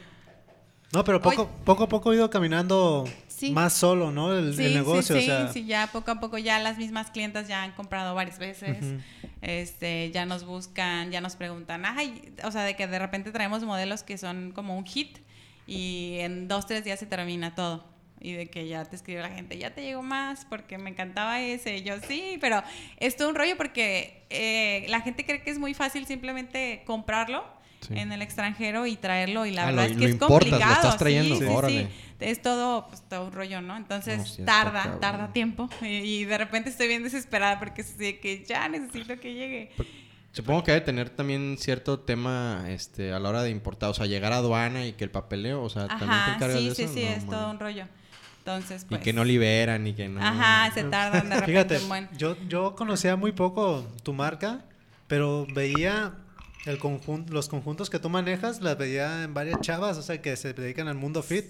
B: No, pero poco, poco a poco he ido caminando
E: Sí.
B: más solo, ¿no? El, el negocio,
E: sí, sí,
B: o sea.
E: sí, ya poco a poco ya las mismas clientas ya han comprado varias veces,
B: Ujú.
E: este, ya nos buscan, ya nos preguntan, ay, o sea, de que de repente traemos modelos que son como un hit y en dos, tres días se termina todo. Y de que ya te escribe la gente, ya te llegó más porque me encantaba ese. Y yo sí, pero es todo un rollo porque eh, la gente cree que es muy fácil simplemente comprarlo
C: Sí.
E: en el extranjero y traerlo y la
C: Ah,
E: verdad
C: lo-
E: es
C: lo
E: que es
C: importas, lo
E: complicado.
C: estás trayendo,
E: sí, sí,
C: órale.
E: sí. Es todo, pues, todo un rollo, ¿no? Entonces
C: No, sí, está
E: tarda,
C: cabrón.
E: tarda tiempo y, y de repente estoy bien desesperada porque es así de que ya necesito que llegue.
C: Supongo que debe tener también cierto tema este, a la hora de importar, o sea, llegar a aduana y que el papeleo, o sea, Ah, también te
E: Ajá,
C: encargas
E: sí,
C: de eso.
E: sí, sí,
C: No,
E: es
C: man.
E: todo un rollo. Entonces,
C: Y
E: pues...
C: que no liberan y que no.
E: Ajá, se tardan de repente
B: Fíjate,
E: un buen...
B: yo, yo conocía muy poco tu marca, pero veía el conjun- los conjuntos que tú manejas, las veía en varias chavas, o sea, que se dedican al mundo fit.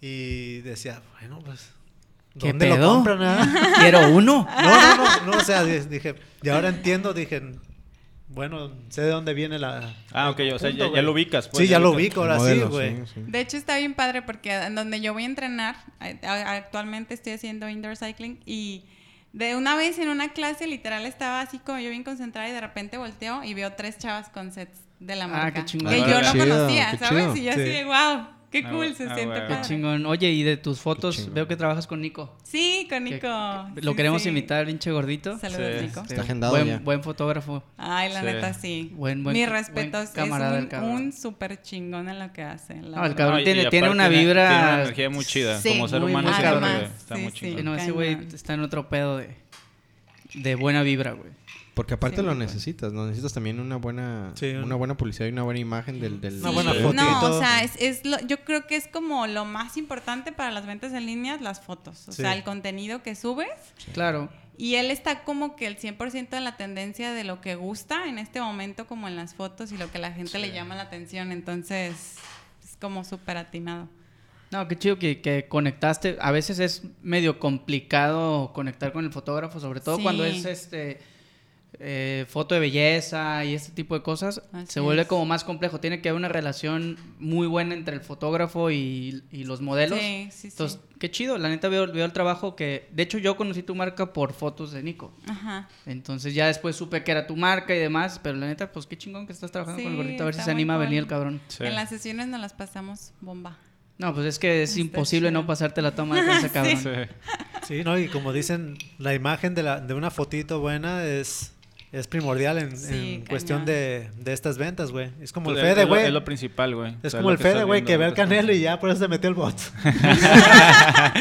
B: Y decía, bueno, pues,
D: ¿Qué
B: ¿dónde lo
D: pedo?
B: compran? ah?
D: Quiero uno.
B: No, no, no, no, o sea, di- dije, y ahora entiendo, dije, bueno, sé de dónde viene la...
A: Ah,
B: el
A: ok, o sea,
B: conjunto,
A: ya, ya
B: güey.
A: lo ubicas. pues,
B: Sí, ya lo
A: ubicas.
B: ubico, ahora sí,
C: Modelo,
B: güey.
C: sí.
E: De hecho, está bien padre porque en donde yo voy a entrenar, a- a- actualmente estoy haciendo indoor cycling y de una vez en una clase literal estaba así como yo bien concentrada y de repente volteo y veo tres chavas con sets de la
D: Ah,
E: marca
D: qué chingón.
E: que
A: Ah,
E: yo
A: qué
E: no
C: chido,
E: conocía,
C: qué
E: ¿sabes?
C: chido.
E: Y yo
B: Sí.
E: así de wow, qué
A: Ah,
E: cool,
A: hue-
E: se
A: ah,
E: siente
A: huevo.
D: Qué
E: padre.
D: chingón. Oye, y de tus fotos
C: chingón.
D: veo que trabajas con Nico.
E: Sí, con
D: Que-
E: Nico.
D: que- Lo
E: Sí,
D: queremos
E: sí.
D: invitar, pinche gordito.
E: Saludos,
A: Sí.
E: Nico.
D: Este,
C: Está agendado
D: buen,
C: ya.
D: buen fotógrafo.
E: Ay, la
A: Sí.
E: neta sí.
D: Buen- buen-
E: Mis
D: buen
E: respetos,
D: camarada el
E: es un,
D: cabrón.
E: un súper chingón en lo que hace. la
D: No, el
E: verdad.
D: cabrón
A: y
D: tiene- tiene
A: aparte
D: una vibra-
A: Tiene una energía muy chida.
E: Sí,
A: Como ser
D: muy,
A: humano
D: muy
A: siempre,
D: cabrón.
A: güey, Está
E: Sí,
A: muy
E: sí.
A: chido.
D: Sí, no, ese güey
E: Cañón.
D: está en otro pedo de, de buena vibra, güey.
C: Porque aparte
E: Sí,
C: lo
E: güey.
C: necesitas, ¿no? Necesitas también una buena,
B: Sí, un-
C: una buena publicidad y una buena imagen del... del
B: Una
E: Sí,
B: buena
C: del-
B: foto.
E: No,
B: fotito.
E: o sea, es, es lo- yo creo que es como lo más importante para las ventas en línea, las fotos, o
B: Sí.
E: sea, el contenido que subes.
D: Claro.
E: Y él está como que el 100% en la tendencia de lo que gusta en este momento, como en las fotos y lo que la gente le llama la atención. Entonces, es como súper atinado.
D: No, qué chido que, que conectaste. A veces es medio complicado conectar con el fotógrafo, sobre todo
E: Sí.
D: cuando es este eh, foto de belleza y este tipo de cosas.
E: Así
D: se vuelve
E: es.
D: como más complejo. Tiene que haber una relación muy buena entre el fotógrafo y, y los modelos.
E: Sí, sí, sí.
D: Entonces, qué chido. La neta veo, veo el trabajo que... De hecho, yo conocí tu marca por fotos de Nico.
E: Ajá.
D: Entonces ya después supe que era tu marca y demás, pero la neta, pues qué chingón que estás trabajando con el
E: Sí,
D: gordito, a ver si
E: está
D: se
E: muy
D: anima a
E: cool.
D: venir el cabrón.
A: Sí.
E: En las sesiones nos las pasamos bomba.
D: No, pues es que es
E: Está
D: imposible
E: chido.
D: no pasarte la toma con ese cabrón.
A: Sí.
B: Sí, ¿no? Y como dicen, la imagen de, la, de una fotito buena es, es primordial en,
E: Sí,
B: en
E: cañón.
B: cuestión de, de estas ventas, güey. Es como el
A: Pues, es-
B: Fede,
A: es lo-
B: güey.
A: Es lo principal, güey. O
B: Es
A: sea,
B: como
A: lo
B: el
A: estás
B: Fede, güey,
A: viendo,
B: que ve
A: lo
B: al
A: estás
B: Canelo y
A: viendo.
B: ya por eso se metió el bot.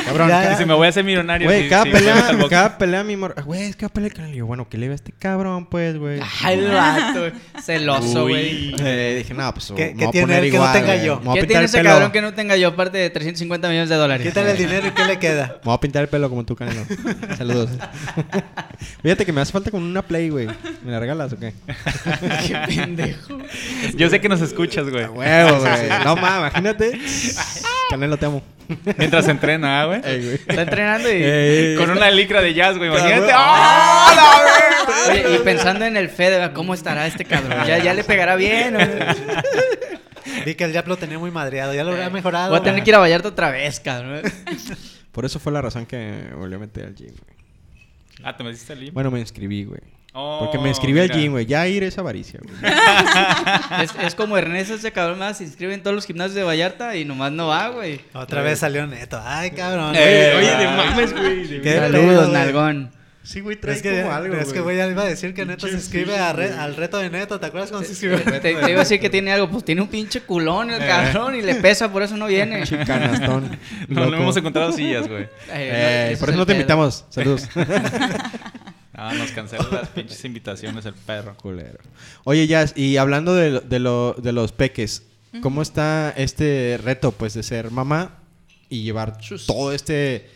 C: Cabrón,
B: Ya,
C: ca-
B: ya.
A: Si me voy a hacer millonario.
C: Güey,
A: sí,
C: cada,
A: sí, voy a
C: pelea,
A: estar box-
C: cada pelea, mi amor. Güey, es que cada pelea con él. Y yo, bueno, ¿qué le ve a este cabrón, pues, güey?
D: Ay, el vato, celoso, güey.
C: Eh, dije, no, pues,
B: ¿Qué-
C: me
B: qué
C: voy a
B: tiene
C: poner
B: él que no
C: igual,
B: tenga
C: güey.
B: yo?
C: Me voy a pintar
D: ¿Qué tiene
C: el
D: ese
C: pelo.
D: cabrón que no tenga yo aparte de 350 millones de dólares?
B: Quítale el dinero y ¿qué le queda?
C: Me voy a pintar el pelo como tú, Canelo. Saludos. Fíjate que me hace falta con una play, güey. ¿Me la regalas o qué?
D: Qué pendejo.
A: Yo sé que nos escuchas, güey.
C: Huevo, güey. No mames, imagínate. Canelo, te amo.
A: Mientras entrena, ¿ah, güey.
C: Ey, güey.
D: Está entrenando y...
C: Ey.
A: Con una licra de jazz, güey. Imagínate.
C: Ah,
D: Oye, y pensando en el Fede, ¿cómo estará este cabrón? ¿Ya, ya le pegará bien? o no?
B: Vi que el Yap lo tenía muy madreado, ya lo había mejorado.
D: Voy a tener
B: güey.
D: que ir a Vallarta otra vez, cabrón.
C: Por eso fue la razón que me volví a meter al gym, güey.
A: Ah, te metiste al gym.
C: Bueno, me inscribí, güey.
A: Oh,
C: Porque me inscribí al
A: mira.
C: gym, güey. Ya ir es avaricia, güey.
D: Es, es como Ernesto, ese cabrón más se inscribe en todos los gimnasios de Vallarta y nomás no va, güey.
B: Otra vez salió neto. Ay, cabrón.
A: Eh,
B: Oye, ah,
A: oye, de mames,
C: güey.
B: Qué pedo,
D: Saludos,
B: güey.
D: nalgón.
C: Sí, güey,
B: Es que, es que, güey, ya iba a decir que Neto se inscribe a re- al reto de Neto. ¿Te acuerdas cuando se inscribió?
D: Te, te iba a decir que tiene algo, pues tiene un pinche culón
C: Eh.
D: el cabrón y le pesa, por eso no viene.
C: Canastón.
A: No,
C: loco.
A: no hemos encontrado sillas, güey.
D: Eh,
C: Eh,
D: ese
C: por eso
D: es el
C: no te
D: pedo.
C: invitamos. Saludos.
A: Ah, nos cancelan las pinches invitaciones el perro.
C: Culero. Oye, Jazz, y hablando de, lo- de, lo- de los peques, ¿cómo está este reto, pues, de ser mamá y llevar todo este...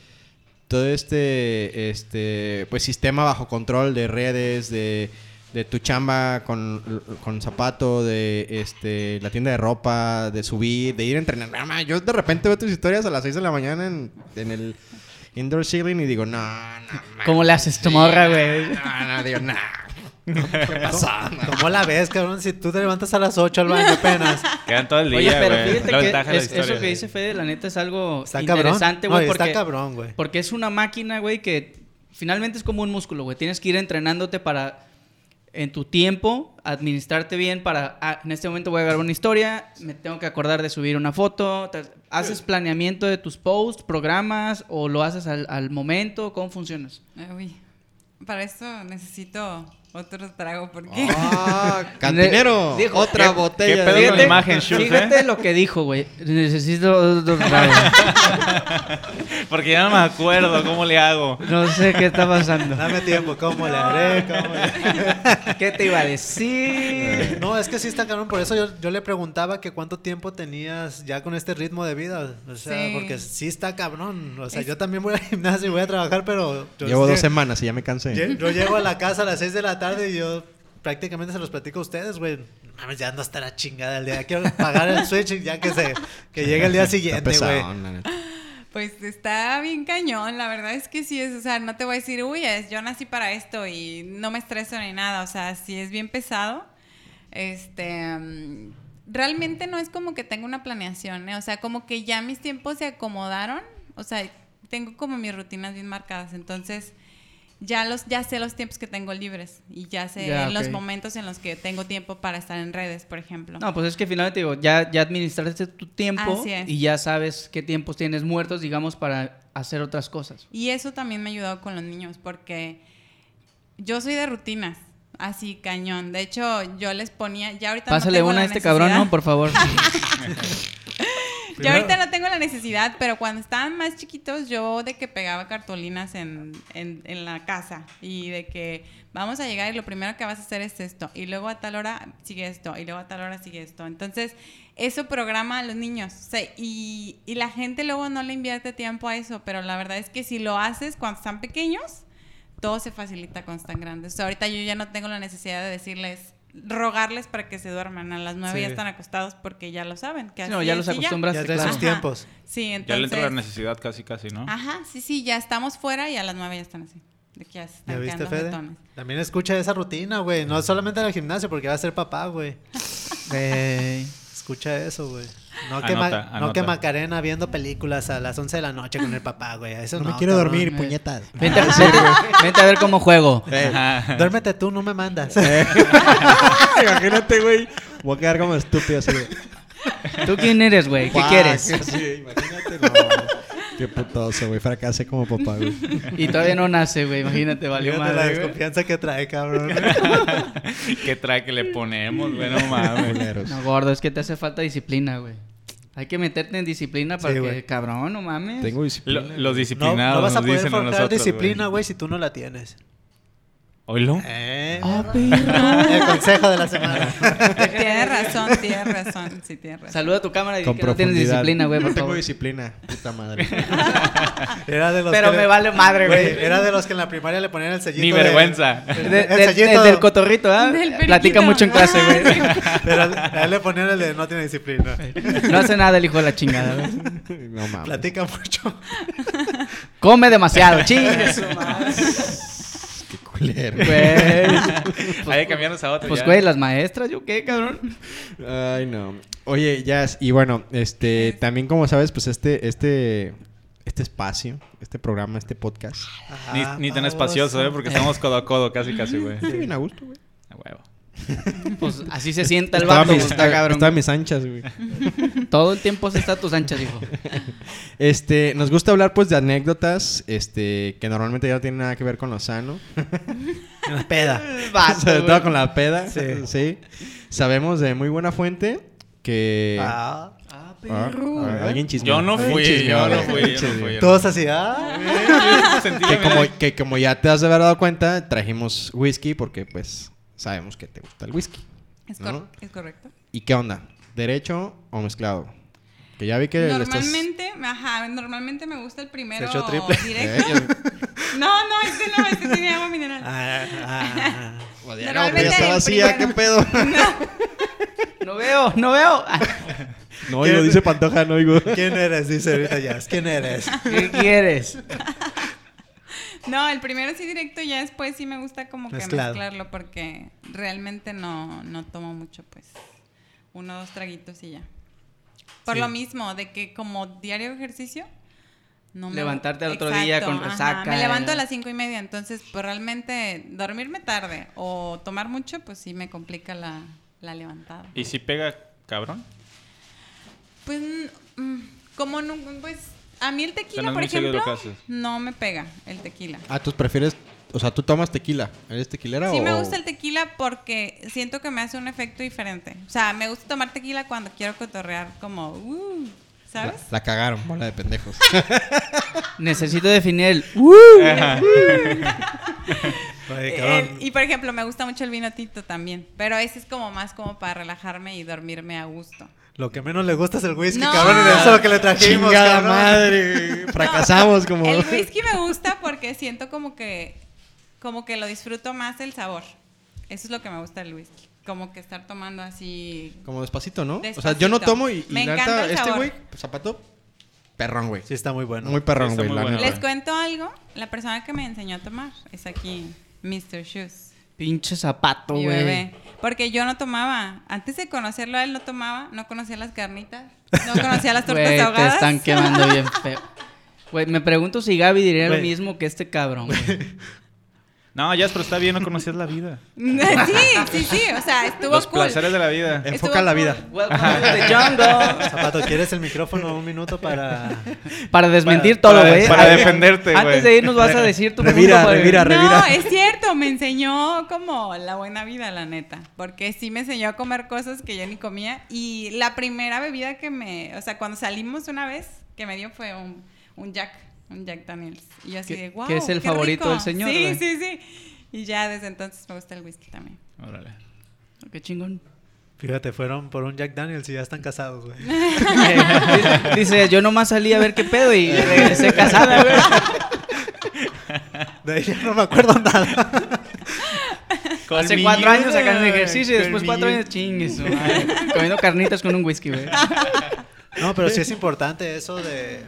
C: Todo este, este, pues, sistema bajo control de redes, de, de tu chamba con, con zapato, de, este, la tienda de ropa, de subir, de ir a entrenar. No, ma, yo de repente veo tus historias a las 6 de la mañana en, en el indoor ceiling y digo, no, no, ma,
D: ¿Cómo le haces tu morra, güey?
C: no, no, digo, no. ¿Qué pasó?
B: ¿Cómo la ves, cabrón? Si tú te levantas a las 8 al baño apenas.
A: Quedan todo el día,
D: Oye, pero
A: güey.
D: fíjate
A: La
D: que
A: ventaja de la
D: es- eso
A: historia.
D: que dice Fede, la neta, es algo
B: Está cabrón.
D: interesante,
B: No,
D: güey,
B: está
D: porque,
B: cabrón, güey.
D: porque es una máquina, güey, que finalmente es como un músculo, güey. Tienes que ir entrenándote para, en tu tiempo, administrarte bien para, ah, en este momento voy a grabar una historia, me tengo que acordar de subir una foto. te- ¿Haces planeamiento de tus posts, programas o lo haces al, al momento? ¿Cómo funcionas?
E: Ay, uy. Para eso necesito otro trago porque...
C: Ah, cantinero.
D: Dijo,
C: otra
D: ¿qué-
C: botella.
A: qué pedo
C: de-
A: con la imagen, Shulz,
D: Fíjate
A: eh?
D: lo que dijo, güey. Necesito dos tragos.
A: Porque ya no me acuerdo cómo le hago.
D: No sé qué está pasando.
B: Dame tiempo, ¿cómo le haré? ¿Cómo le
D: ¿Qué te iba a decir?
B: No, es que sí está cabrón. Por eso yo, yo le preguntaba que cuánto tiempo tenías ya con este ritmo de vida. O sea,
E: Sí.
B: porque sí está cabrón. O sea,
E: Es-
B: yo también voy al gimnasio y voy a trabajar, pero... yo
C: Llevo dos
B: lle-
C: semanas y ya me cansé.
B: lle- Yo llego a la casa a las 6 de la tarde y yo prácticamente se los platico a ustedes, güey. Mames, ya no estará chingada el día. Quiero pagar el switch y ya que se... Que llegue el día
C: Está
B: siguiente, güey.
C: pesado, la neta.
E: Pues está bien cañón, la verdad es que sí es, o sea, no te voy a decir, uy, es, yo nací para esto y no me estreso ni nada, o sea, sí es bien pesado. Este, mm, realmente no es como que tengo una planeación, ¿eh? o sea, como que ya mis tiempos se acomodaron, o sea, tengo como mis rutinas bien marcadas, entonces ya los ya sé los tiempos que tengo libres y ya sé
D: Ya,
E: los
D: ok.
E: momentos en los que tengo tiempo para estar en redes, por ejemplo.
D: No, pues es que finalmente digo, ya, ya administraste tu tiempo
E: Así es.
D: y ya sabes qué tiempos tienes muertos, digamos, para hacer otras cosas.
E: Y eso también me ha ayudado con los niños porque yo soy de rutinas, así cañón. De hecho, yo les ponía, ya ahorita
D: Pásale
E: no tengo
D: una a
E: la
D: este cabrón,
E: necesidad.
D: ¿no? Por favor.
E: Yo ahorita no tengo la necesidad, pero cuando estaban más chiquitos, yo de que pegaba cartolinas en, en- en la casa y de que vamos a llegar y lo primero que vas a hacer es esto, y luego a tal hora sigue esto, y luego a tal hora sigue esto. Entonces, eso programa a los niños. o sea, y, y la gente luego no le invierte tiempo a eso, pero la verdad es que si lo haces cuando están pequeños, todo se facilita cuando están grandes. O sea, ahorita yo ya no tengo la necesidad de decirles rogarles para que se duerman a las nueve
B: Sí.
E: ya están acostados porque ya lo saben que
D: No,
E: así
D: ya
E: es
D: los
E: y ya.
B: Ya
D: acostumbraste.
B: traes
D: claro.
B: sus tiempos.
E: Sí, entonces. Ah.
A: Ya le entra la necesidad casi, casi, ¿no?
E: Ajá, sí, sí, ya estamos fuera y a las nueve ya están así. De que ya se
B: ¿Ya
E: están
B: viste,
E: quedando
B: Fede?
E: jetones.
B: También escucha esa rutina, güey. No solamente en el gimnasio, porque va a ser papá, güey.
D: Güey.
B: Escucha eso, güey. No,
A: Anota,
B: que ma- no
A: anota.
B: que Macarena viendo películas a las 11 de la noche con el papá, güey. Eso no, cabrón.
D: no. Vente, a- vente- vente a ver cómo juego.
A: Ajá. Eh,
B: Duérmete tú, no me mandas.
C: Imagínate, güey. Voy a quedar como estúpido así. de,
D: ¿Tú quién eres, güey? ¿Qué
C: "Fuck",
D: quieres?
C: así, imagínate, no. Qué putoso, güey. Fracasé como papá, güey.
D: Y todavía no nace, güey. Imagínate, valió
B: Fíjate la
D: madre. güey.
B: desconfianza que trae, cabrón.
A: ¿Qué trae que le ponemos? Bueno, mames.
C: Culeros.
D: No, gordo, es que te hace falta disciplina, güey. Hay que meterte en disciplina para
B: Sí,
D: que,
B: güey.
D: cabrón, no mames.
C: Tengo disciplina.
A: Lo- los
B: No,
A: disciplinados
B: no vas a
A: nos
B: poder
A: dicen a
B: forjar
A: nosotros.
B: disciplina, güey, si tú no la tienes.
A: ¿Oilo?
B: Eh,
D: Ah, perro.
B: el consejo de la semana.
E: Tienes razón, tienes razón. Sí, tienes razón.
D: Saluda a tu cámara y di
C: Con
D: que no tienes
C: profundidad.
D: disciplina, güey,
C: No
D: por
C: tengo
D: favor.
C: disciplina, puta madre.
B: Era de los
D: Pero
B: que
D: me
B: le-
D: vale madre,
B: Güey,
D: güey.
B: era de los que en la primaria le ponían el sellito.
A: Ni
B: de-
A: vergüenza.
D: De-
B: el
D: de-
B: sellito.
D: del cotorrito, ¿ah?
E: Del periquito.
D: Platica mucho en clase, güey.
B: Pero a él le ponían el de no tiene disciplina.
D: No hace nada el hijo de la chingada, güey.
C: No mames.
B: Platica mucho.
D: Come demasiado, chingas.
C: Qué culero.
D: Güey.
A: Hay que cambiarnos a otro.
D: Pues,
A: ya.
D: güey, las maestras, ¿yo qué, cabrón?
C: Ay, no. Oye, Jazz, y bueno, este, también como sabes, pues este, este, este espacio, este programa, este podcast.
A: Ni,
E: Ah,
A: ni tan espacioso, ¿eh? Porque estamos codo a codo, casi, casi, güey.
C: Estoy bien a gusto, güey.
A: A huevo.
D: Pues así se sienta el
C: Estaba a
D: vato, pues,
C: mis,
D: está cabrón.
C: estaba a mis anchas, güey.
D: Todo el tiempo se está a tus anchas, hijo.
C: Este, nos gusta hablar, pues, de anécdotas, este, que normalmente ya no tienen nada que ver con lo sano.
B: Una peda.
D: Vato,
C: Sobre
D: güey.
C: todo con la peda, sí.
B: Sí.
C: Sabemos de muy buena fuente que...
B: Ah.
D: Ah,
C: Ah,
D: perro.
C: ah, alguien chismeó.
A: Yo no
C: Alguien
A: fui,
C: chismeó,
A: yo no
C: güey.
A: fui, yo no
C: Chismeó.
A: fui.
B: Todos así, ah.
C: que como, que como ya te has de haber dado cuenta, trajimos whisky porque pues sabemos que te gusta el whisky.
E: Es,
C: ¿no?
E: cor- es correcto.
C: ¿Y qué onda? ¿Derecho o mezclado? Que ya vi que le estás-
E: Normalmente, ajá, normalmente me gusta el primero
B: echó triple.
C: Eh,
E: directo. No, no, este no, este tiene agua mineral.
B: Ah, ah, ah.
C: Pues ya no,
E: Normalmente
C: pues ya está
E: el
C: vacía, ¿qué
E: primero.
C: pedo?
D: No veo, no veo. Ah,
C: No, yo dice Pantoja, no digo.
B: ¿Quién eres? Dice ahorita Jazz. ¿Quién eres?
D: ¿Qué quieres?
E: No, el primero sí directo, ya después sí me gusta como que
B: Mezclado.
E: mezclarlo porque realmente no, no tomo mucho, pues uno dos traguitos y ya. Por
B: Sí.
E: lo mismo, de que como diario ejercicio, no me-
D: Levantarte al otro día con
E: ajá,
D: resaca. ¿eh?
E: Me levanto a las cinco y media, entonces pues realmente dormirme tarde o tomar mucho, pues sí me complica la, la levantada.
A: ¿Y si pega cabrón?
E: Pues, mm, mm, como no, pues a mí el tequila,
A: no es
E: por
A: muy seguido lo
E: ejemplo,
A: que haces.
E: no me pega el tequila.
C: Ah, ¿tú prefieres O sea, tú tomas tequila. ¿Eres tequilera
E: Sí,
C: o...?
E: me gusta el tequila porque siento que me hace un efecto diferente. O sea, me gusta tomar tequila cuando quiero cotorrear, como, uh, ¿sabes?
C: La, la cagaron, bola de pendejos.
D: Necesito definir el... uh,
B: Oye,
E: El-
B: cabrón.
E: Eh, y por ejemplo, me gusta mucho el vino tinto también, pero ese es como más como para relajarme y dormirme a gusto.
B: Lo que menos le gusta es el whisky,
E: No.
B: cabrón. Y eso es lo que le trajimos,
C: Chingada
B: cabrón.
C: madre. güey. Fracasamos como...
E: El whisky me gusta porque siento como que como que lo disfruto más el sabor. Eso es lo que me gusta del whisky, como que estar tomando así
C: Como despacito, ¿no? O sea,
E: Despacito.
C: yo no tomo y, y
E: Me
C: la
E: encanta
C: neta,
E: el
C: este
E: sabor.
C: güey, zapato, perrón, güey.
B: Sí, está muy bueno.
C: Muy perrón,
A: Está
C: güey.
A: muy
C: la
A: bueno.
C: neta.
E: Les cuento algo, la persona que me enseñó a tomar es aquí Mr. Shoes.
D: Pinche zapato,
E: Mi
D: güey.
E: bebé. Porque yo no tomaba. Antes de conocerlo a él no tomaba. No conocía las carnitas. No conocía las tortas
D: Güey, te
E: ahogadas.
D: están quemando bien feo. Güey, me pregunto si Gaby diría lo
B: Güey.
D: mismo que este cabrón. güey.
A: No, ya, pero está bien, no conocías la vida.
E: sí, sí, sí. O sea, estuvo
A: Los
E: cool.
A: placeres de la vida.
E: Estuvo
C: Enfoca la
E: cool.
C: vida.
D: Welcome
A: Ah.
D: to the jungle.
B: Zapato, ¿quieres el micrófono un minuto para...?
D: Para
A: Para-
D: desmentir todo,
A: para-
D: güey.
A: para
D: Antes-
A: defenderte,
D: Antes
A: güey.
D: de irnos vas a decir tu
C: Revira,
D: punto, güey.
C: revira, re-
E: No, es cierto, me enseñó como la buena vida, la neta, porque sí me enseñó a comer cosas que yo ni comía y la primera bebida que me, o sea, cuando salimos una vez que me dio fue un, un Jack, un Jack Daniels y yo así
D: Que-
E: de wow.
D: que es el
E: qué
D: favorito
E: rico".
D: del señor,
E: Sí,
D: güey.
E: sí, sí. Y ya desde entonces me gusta el whisky también.
A: Órale.
D: Qué chingón.
B: Fíjate, fueron por un Jack Daniels y ya están casados, güey.
D: Dice- Dice, yo nomás salí a ver qué pedo y regresé casada, güey.
B: De ahí ya no me acuerdo nada.
D: Hace cuatro años acá en ejercicio y después cuatro años chingues. su madre. Comiendo carnitas con un whisky, güey.
B: No, pero sí es importante eso de...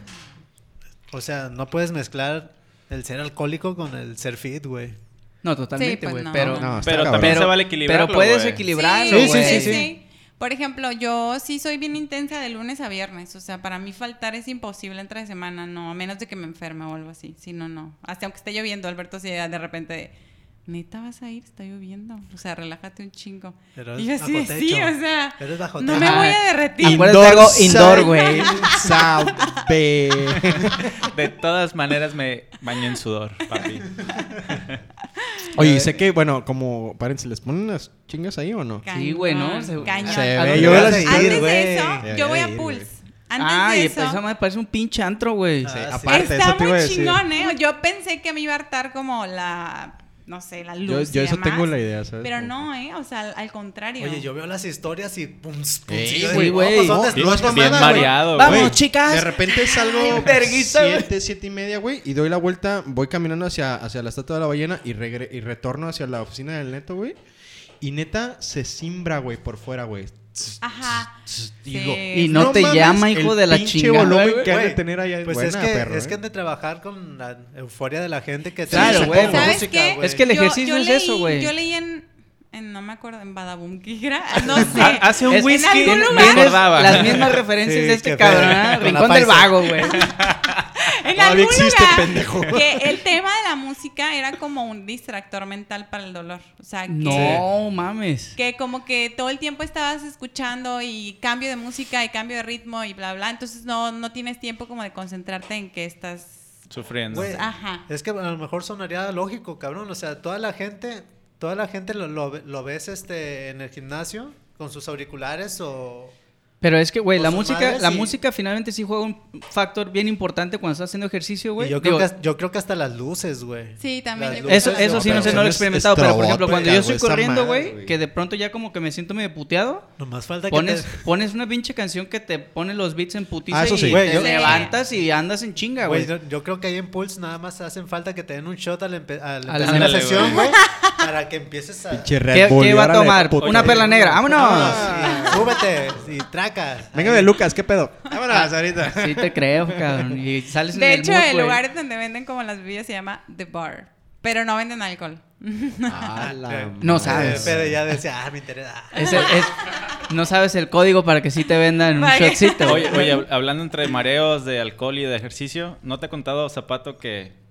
B: O sea, no puedes mezclar el ser alcohólico con el ser fit, güey.
D: No, totalmente,
E: pues
D: güey.
E: no.
D: pero,
C: No, está
A: Pero
C: cabrón.
A: también
D: Pero-
A: se vale equilibrar.
D: pero puedes equilibrarlo,
B: Sí, sí,
D: güey.
B: sí, sí.
E: Por ejemplo, yo sí soy bien intensa de lunes a viernes, o sea, para mí faltar es imposible entre semana, no, a menos de que me enferme o algo así, si no, no. Hasta aunque esté lloviendo, Alberto, si de repente, neta vas a ir, está lloviendo, o sea, relájate un chingo.
B: Pero
E: y
B: es
E: yo así,
B: bajo
E: de, sí,
B: techo.
E: o sea,
B: Pero es bajo
E: no me
B: techo.
E: voy a derretir.
D: Acuérdate de algo
C: Sa-
D: indoor, güey.
C: Sabe.
A: De todas maneras me baño en sudor, papi.
C: Oye, sé que, bueno, como... Párense, ¿les ponen unas chingas ahí o no?
D: Sí, güey, ¿no? Se-
E: Cañón.
C: Se
D: ¿A
C: ve,
D: dónde
C: yo
D: vas
C: las
D: a ir?
E: Antes
B: güey.
E: de eso,
C: Debería
E: yo voy
C: de
E: a
C: ir,
E: Pulse. Antes
D: Ay,
E: de
D: pues esa
E: eso,
D: madre parece un pinche antro, güey.
B: Ah, sí.
C: Aparte,
E: está
C: eso te iba a
E: muy
C: decir.
E: chingón, ¿eh? Yo pensé que me iba a hartar como la, no sé, la
C: Yo,
E: luz
C: yo
E: y
C: eso
E: demás.
C: tengo la idea, ¿sabes?
E: Pero
C: Como-
E: no, ¿eh? O sea, al contrario.
B: Oye, yo veo las historias y pum, pum,
C: Ey,
B: y yo
D: güey,
B: digo,
D: güey.
B: "Oh, pues, ¿dónde
C: No,
B: estás,
C: bien
B: mamada, güey?"
A: mareado,
D: Vamos,
A: güey.
D: chicas.
C: De repente salgo
D: verguiza, güey.
C: siete, siete y media, güey, y doy la vuelta, voy caminando hacia, hacia la estatua de la ballena y, regre- y retorno hacia la oficina del neto, güey. Y neta se simbra, güey, por fuera, güey. Tss,
E: Ajá.
C: tss,
E: Sí.
C: digo,
E: Y
D: no te llama, hijo
C: el
D: de la
C: pinche
D: chingada,
C: volumen
D: güey.
C: que han de
B: Güey,
C: tener allá.
B: Pues es
C: Buena,
B: que,
C: perro,
B: es que
C: eh.
B: han de trabajar con la euforia de la gente que
D: Claro,
B: trae
D: güey.
B: con la
D: ¿Sabes
B: música,
E: qué?
B: güey.
D: Es que el
E: Yo-
D: ejercicio
E: yo
D: es
E: leí-
D: eso, güey.
E: Yo leí en, en- no me acuerdo, en Badabun, ¿qué era? No sé.
A: Ah, hace un
E: En
A: whisky,
E: algún
A: me
E: lugar,
D: Tienes
A: acordaba.
D: las mismas referencias
B: Sí,
D: de este
B: qué
D: cabrón,
B: feo.
D: ¿eh?
B: Con la
D: Rincón del
B: paisa.
D: Vago, güey.
E: en
C: Todavía
E: algún
C: existe,
E: lugar
C: pendejo.
E: que el tema de la música era como un distractor mental para el dolor. O sea, que,
D: No mames.
E: que como que todo el tiempo estabas escuchando y cambio de música y cambio de ritmo y bla, bla. Entonces no, no tienes tiempo como de concentrarte en que estás...
A: Sufriendo.
B: Güey,
E: Ajá.
B: Es que a lo mejor sonaría lógico, cabrón. O sea, toda la gente, toda la gente lo, lo- lo ves este, en el gimnasio con sus auriculares o...
D: Pero es que, güey,
B: Con
D: la
B: sus
D: música,
B: madres
D: la
B: y-
D: música finalmente sí juega un factor bien importante cuando estás haciendo ejercicio,
B: y
D: güey.
B: yo, creo
D: Digo,
B: que, hasta- yo creo que hasta las luces, güey.
E: Sí, también
B: Las
E: yo creo
D: Eso,
E: Entonces,
D: eso sí,
C: no,
D: no
C: pero
D: sé, no lo
C: son
D: he
C: es-
D: experimentado, pero por ejemplo, cuando yo estoy
C: estrobóticas, güey,
D: corriendo,
C: esa madre,
D: güey,
C: güey.
D: que de pronto ya como que me siento medio puteado,
B: Nomás falta que
D: pones,
B: te...
D: pones una pinche canción que te pone los beats en putiza
C: Ah, eso sí.
D: y
B: Güey,
D: te
B: yo-
D: levantas y andas en chinga,
B: Güey,
D: güey.
B: yo, yo creo que ahí en Pulse nada más hacen falta que te den un shot al, empe-
D: Al-
B: al empezar la
A: Ándale,
B: sesión,
A: güey.
B: güey, para que empieces a...
C: Pinche Red
D: ¿Qué,
C: Bull,
D: qué va a
C: órale,
D: tomar?
C: puto.
D: Una perla negra, vámonos.
B: Vámonos, y súbete y tracas.
C: Venga de Lucas, ¿qué pedo? Vámonos ahorita.
D: Sí te creo, cabrón. Y sales
E: De
D: en
E: hecho,
D: el mood,
E: el
D: güey.
E: lugar donde venden como las bebidas se llama The Bar. Pero no venden alcohol.
C: Ah, la
D: No
C: madre.
D: sabes.
B: Pero ya decía, ah, me interesa.
D: Es el- es- no sabes el código para que sí te vendan un
E: Vale.
D: shotcito.
A: Oye,
D: güey.
A: oye, hab- hablando entre mareos de alcohol y de ejercicio, ¿no te ha contado Zapato que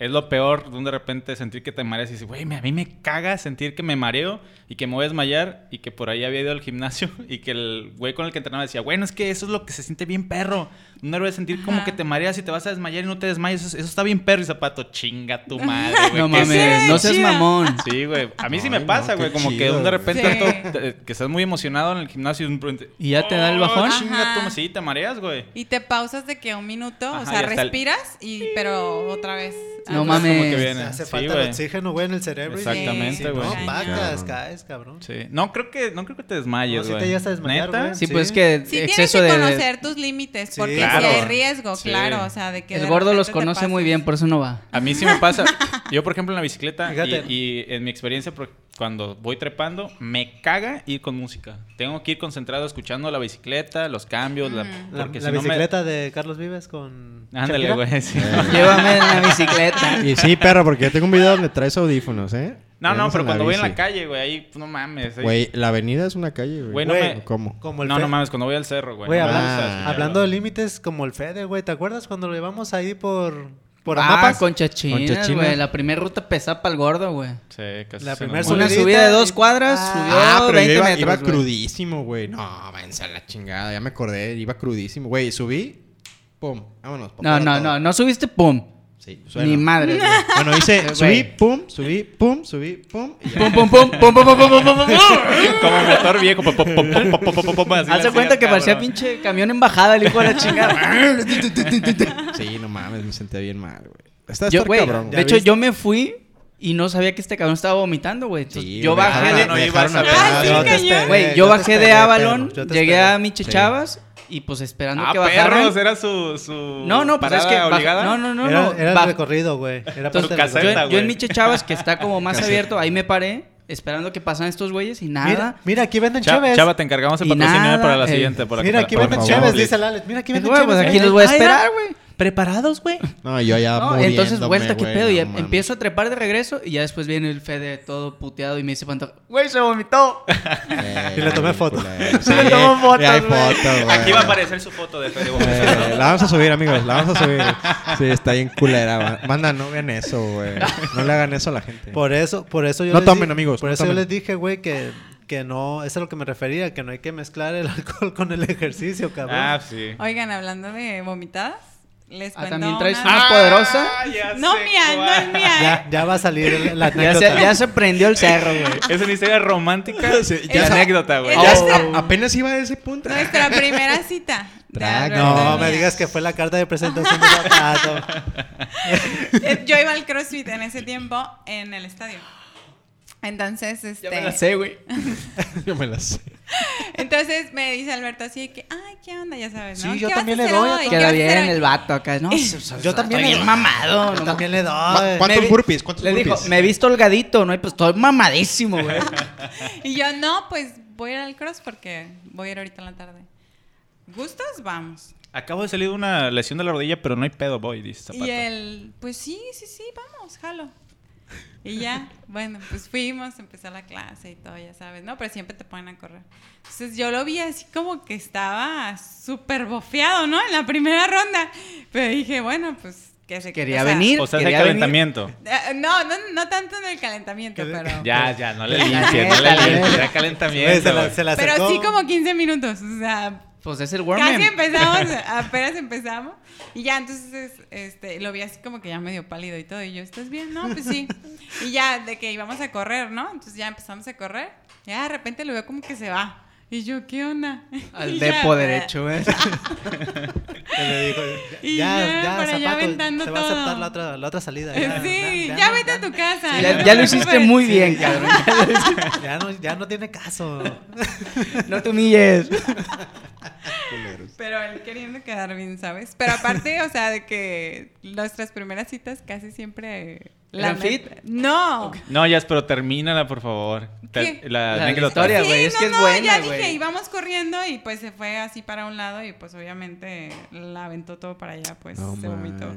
A: Es lo peor de un de repente sentir que te mareas y dices, güey, me- a mí me caga sentir que me mareo y que me voy a desmayar y que por ahí había ido al gimnasio y que el güey con el que entrenaba decía, bueno, es que eso es lo que se siente bien perro. No debe sentir como
E: Ajá.
A: que te mareas y te vas a desmayar y no te desmayas. Eso, eso está bien perro y zapato, chinga tu madre, güey.
D: No
A: ¿qué es
D: mames,
A: eso?".
D: no seas
E: chida.
D: mamón.
A: Sí, güey. A mí sí me
C: Ay, no,
A: pasa,
C: qué
A: güey. como que
C: chido,
A: de un de
C: güey.
A: repente
E: Sí.
A: todo- te- que estás muy emocionado en el gimnasio y de repente,
D: ¿Y ya te da el
A: "Oh,
D: bajón?
A: Chinga tu
E: Ajá.
A: ma-". Sí, te mareas, güey.
E: Y te pausas de que un minuto,
A: Ajá,
E: o
A: y
E: sea,
A: hasta el-
E: respiras, y, pero otra vez.
D: No
E: Ah,
D: mames.
A: Como que viene.
B: Hace
A: Sí,
B: falta
A: güey.
B: el oxígeno, güey, en el cerebro. y-
A: Exactamente,
B: Sí,
A: güey.
B: No, vacas,
C: Cabrón.
B: caes, cabrón.
A: Sí. No creo que, no creo que te desmayes,
B: No,
A: güey.
B: sí te llegas a desmayar,
A: ¿Neta?
B: güey.
D: Sí,
B: Sí.
D: pues es que
E: Sí, tienes
D: exceso
E: que
D: de...
E: conocer tus límites,
B: Sí,
E: porque
A: claro.
E: si hay riesgo,
A: Sí.
E: claro, o sea, de que
D: El
E: de
D: gordo los
E: repente te
D: conoce
E: pases.
D: muy bien, por eso no va.
A: A mí sí me pasa. Yo, por ejemplo, en la bicicleta
B: Fíjate.
A: y, y en mi experiencia, por- cuando voy trepando, me caga ir con música. Tengo que ir concentrado escuchando la bicicleta, los cambios, la,
E: Mm.
B: La,
A: porque
B: la
A: si no me-
B: bicicleta de Carlos Vives con.
A: Ándale,
B: Shakira. Eh,
A: güey. sí.
D: Llévame en la bicicleta.
C: Y sí, perro, porque yo tengo un video donde traes audífonos, ¿eh?
A: No, no,
C: Vamos
A: pero cuando voy en
C: bici.
A: la calle, güey, ahí pues, no mames. ahí-
C: Güey, la avenida es una calle, güey.
A: Güey, no
B: Güey.
A: me-
C: ¿Cómo?
B: Como el
A: No,
B: Fe-
A: no mames, cuando voy al cerro, güey.
B: Güey,
A: no me
B: habla-
A: gusta
C: ah,
A: escucharlo.
B: hablando de límites, como el Fede, güey. ¿Te acuerdas cuando lo llevamos ahí por. Por
D: ah,
B: Amapas?
D: con chachinas,
C: Chachinas.
D: güey. La primera ruta pesaba para el gordo, güey.
A: Sí, casi
B: La
A: se
B: primera
A: enamora.
D: Una
B: Subidita
D: subida de dos
B: y-
D: cuadras,
B: Ah,
D: subió
C: Ah, pero yo
D: 20
C: iba,
D: metros,
C: iba
D: güey.
C: crudísimo, güey. No, váyanse a la chingada, ya me acordé. Iba crudísimo, güey. Subí, pum, vámonos. pa'
D: No,
C: afuera
D: no,
C: todo.
D: no, no subiste pum.
C: Sí,
D: Ni
C: suena.
D: madre. güey.
C: Bueno, hice,
D: Güey.
C: subí, pum, subí, pum, subí, pum. y ya.
D: Pum, pum, pum, pum, pum, pum, pum, pum, pum, pum.
A: Como motor viejo. pop, pop, pop, pop, pop, pop, pop, pop, así
D: Hazte
A: la
D: cuenta
A: hacía,
D: que parecía
A: cabrón.
D: pinche camión embajada el hijo de la chingada.
C: Sí, no mames, me senté bien mal, güey. Está
D: Yo,
C: estar
D: güey,
C: cabrón,
D: de
C: güey.
D: hecho, yo me fui y no sabía que este cabrón estaba vomitando, güey. Entonces,
C: Sí,
D: yo
C: güey,
A: Ah,
D: bajé
C: me
A: ya
D: de...
A: no
C: me
A: ibas
C: dejaron
A: a-
E: Ah, sí,
B: Yo te
E: cañón.
B: esperé,
D: Güey,
B: yo
D: yo
B: te
D: bajé
B: esperé,
D: de
B: perro,
D: Avalon,
B: yo te
D: llegué
B: esperé.
D: a Michichavas y pues esperando
A: Ah,
D: que bajaran.
A: perros, era su, su
D: No, no, pues es
A: parada
D: que... baj-
A: obligada.
D: No, no, no,
B: era,
D: no.
B: era el
D: baj-
B: recorrido, güey. Era
A: Tu
B: parte del
A: caseta,
D: yo, en-
B: recorrido.
D: yo
A: güey.
D: en Michichavas, que está como más abierto, ahí me paré esperando que pasaran estos güeyes y nada.
B: Mira, mira, aquí venden
A: Cha-
B: cheves.
A: Chava, te encargamos el
D: Y
A: patrocinio
D: nada,
A: para la
D: eh.
A: siguiente. Por
B: Mira, aquí
A: por
B: venden
A: favor,
B: cheves,
A: please.
B: dice el Alex. Mira, aquí
D: Dije,
B: venden
D: "Güey, pues
B: cheves.
D: aquí
B: ¿eh?
D: los voy a
B: Ahí va.
D: esperar, güey.
A: ¿Preparados, güey?
C: No, yo ya
D: No, entonces
C: muriéndome,
D: vuelta, qué
C: güey,
D: pedo. y
C: no
D: em-
C: mames.
D: empiezo a trepar de regreso y ya después viene el Fede todo puteado y me dice Pantoja, güey, se vomitó.
C: Eh,
B: Y le tomé foto.
C: culero. Sí,
D: Le tomo fotos,
C: y hay
D: güey.
C: foto, güey.
A: Aquí va a aparecer su foto de Fede Gómez.
C: Eh, la vamos a subir, amigos. La vamos a subir. Sí, está bien culera. va. Banda, no vean eso, güey. No le hagan eso a la gente.
B: Por eso, por eso yo
C: No
B: les
C: tomen,
B: di-
C: amigos,
B: Por
C: no
B: eso
C: tomen.
B: yo les dije, güey, que, que no, eso es a lo que me refería, que no hay que mezclar el alcohol con el ejercicio, cabrón.
A: Ah, sí.
E: Oigan, hablando de vomitadas, les
D: Ah,
E: cuento
D: ¿también traes
E: una-
D: una poderosa?
A: ya
E: No
A: sé
E: mía, no
A: cuál.
E: es mía, ¿eh?
B: ya, ya va a salir el- la
D: ya,
B: anécdota.
D: se, ya se prendió el cerro, güey.
A: Es una historia romántica
C: Sí,
A: y
C: ya-
A: anécdota, güey.
E: Oh.
C: Ya a- apenas iba a ese punto.
E: Nuestra primera cita.
C: Tra-
E: La
B: No
E: verdad
B: me
E: mía.
B: digas que fue la carta de presentación de zapato.
E: Eh, Yo iba al CrossFit en ese tiempo en el estadio. Entonces, este.
D: Ya me la sé, güey.
C: Yo me la sé.
E: Entonces me dice Alberto así de que, ay, ¿qué onda? Ya sabes, ¿no?
B: Sí, yo
E: ¿Qué vas
B: también
E: a
B: le
E: hacer
B: doy a
E: hoy?
B: todo.
E: ¿Qué vas
D: Queda
E: a hacer
D: bien
E: hoy?
D: el vato acá. No,
B: Yo también le
D: estoy bien
B: doy.
D: mamado.
B: Yo
D: no
B: también le
C: ¿Cu-
B: doy.
D: Me vi-
C: ¿Cuántos burpees? ¿Cuántos
D: Le dijo,
C: burpees?
D: me he visto holgadito, ¿no? Y pues estoy mamadísimo, güey.
E: Y yo, no, pues voy a ir al cross porque voy a ir ahorita en la tarde. ¿Gustas? Vamos.
A: Acabo de salir de una lesión de la rodilla, pero no hay pedo, boy, dice Zapato.
E: Y él, pues sí, sí, sí, vamos, jalo. Y ya, bueno, pues fuimos, empezó la clase y todo, ya sabes, ¿no? Pero siempre te ponen a correr. Entonces yo lo vi así como que estaba súper bofeado, ¿no? En la primera ronda. Pero dije, bueno, pues que se
D: Quería
E: o sea,
D: venir.
A: O sea, es el
D: quería venir.
A: calentamiento.
E: eh, no, no, no tanto en el calentamiento, pero.
A: Ya, ya, no le
D: La
A: limpies,
D: neta,
A: no le
D: la
A: limpies.
D: neta.
A: Era
B: Güey,
A: calentamiento.
B: se la,
A: güey.
B: se la
E: Pero
B: acercó.
E: sí como 15 minutos, o sea,
D: Pues es el
E: Casi
D: Warman.
E: empezamos, apenas empezamos. Y ya, entonces, este, lo vi así como que ya medio pálido y todo. Y yo, ¿estás bien? No, pues sí. Y ya, de que íbamos a correr, ¿no? Entonces ya empezamos a correr. Ya de repente lo veo como que se va. Y yo, ¿qué onda?
D: Al
E: Y ya,
D: depo derecho, güey.
B: Que le dijo,
E: Y
B: ya,
E: ya,
B: ya,
E: para allá
B: zapato,
E: aventando
B: se va a aceptar
E: todo.
B: la otra, la otra salida.
E: eh,
B: Ya,
E: Sí,
B: ya,
E: ya,
B: ya,
E: vete a tu casa.
D: Ya,
E: no
D: ya
E: te
D: lo hiciste
E: preocupes.
D: muy bien, cabrón.
B: Ya no, ya no tiene caso.
D: No te humilles.
E: Pero él queriendo quedar bien, ¿sabes? Pero aparte, o sea, de que nuestras primeras citas casi siempre...
D: ¿Eran
E: neta-
D: fit?
E: No.
A: No, ya, pero termínala, por favor. Te-
E: ¿Qué?
A: La,
D: La
A: anécdota.
D: historia. güey, es que es buena,
E: ya dije,
D: güey.
E: íbamos corriendo y pues se fue así para un lado y pues obviamente la aventó todo para allá, pues se vomitó.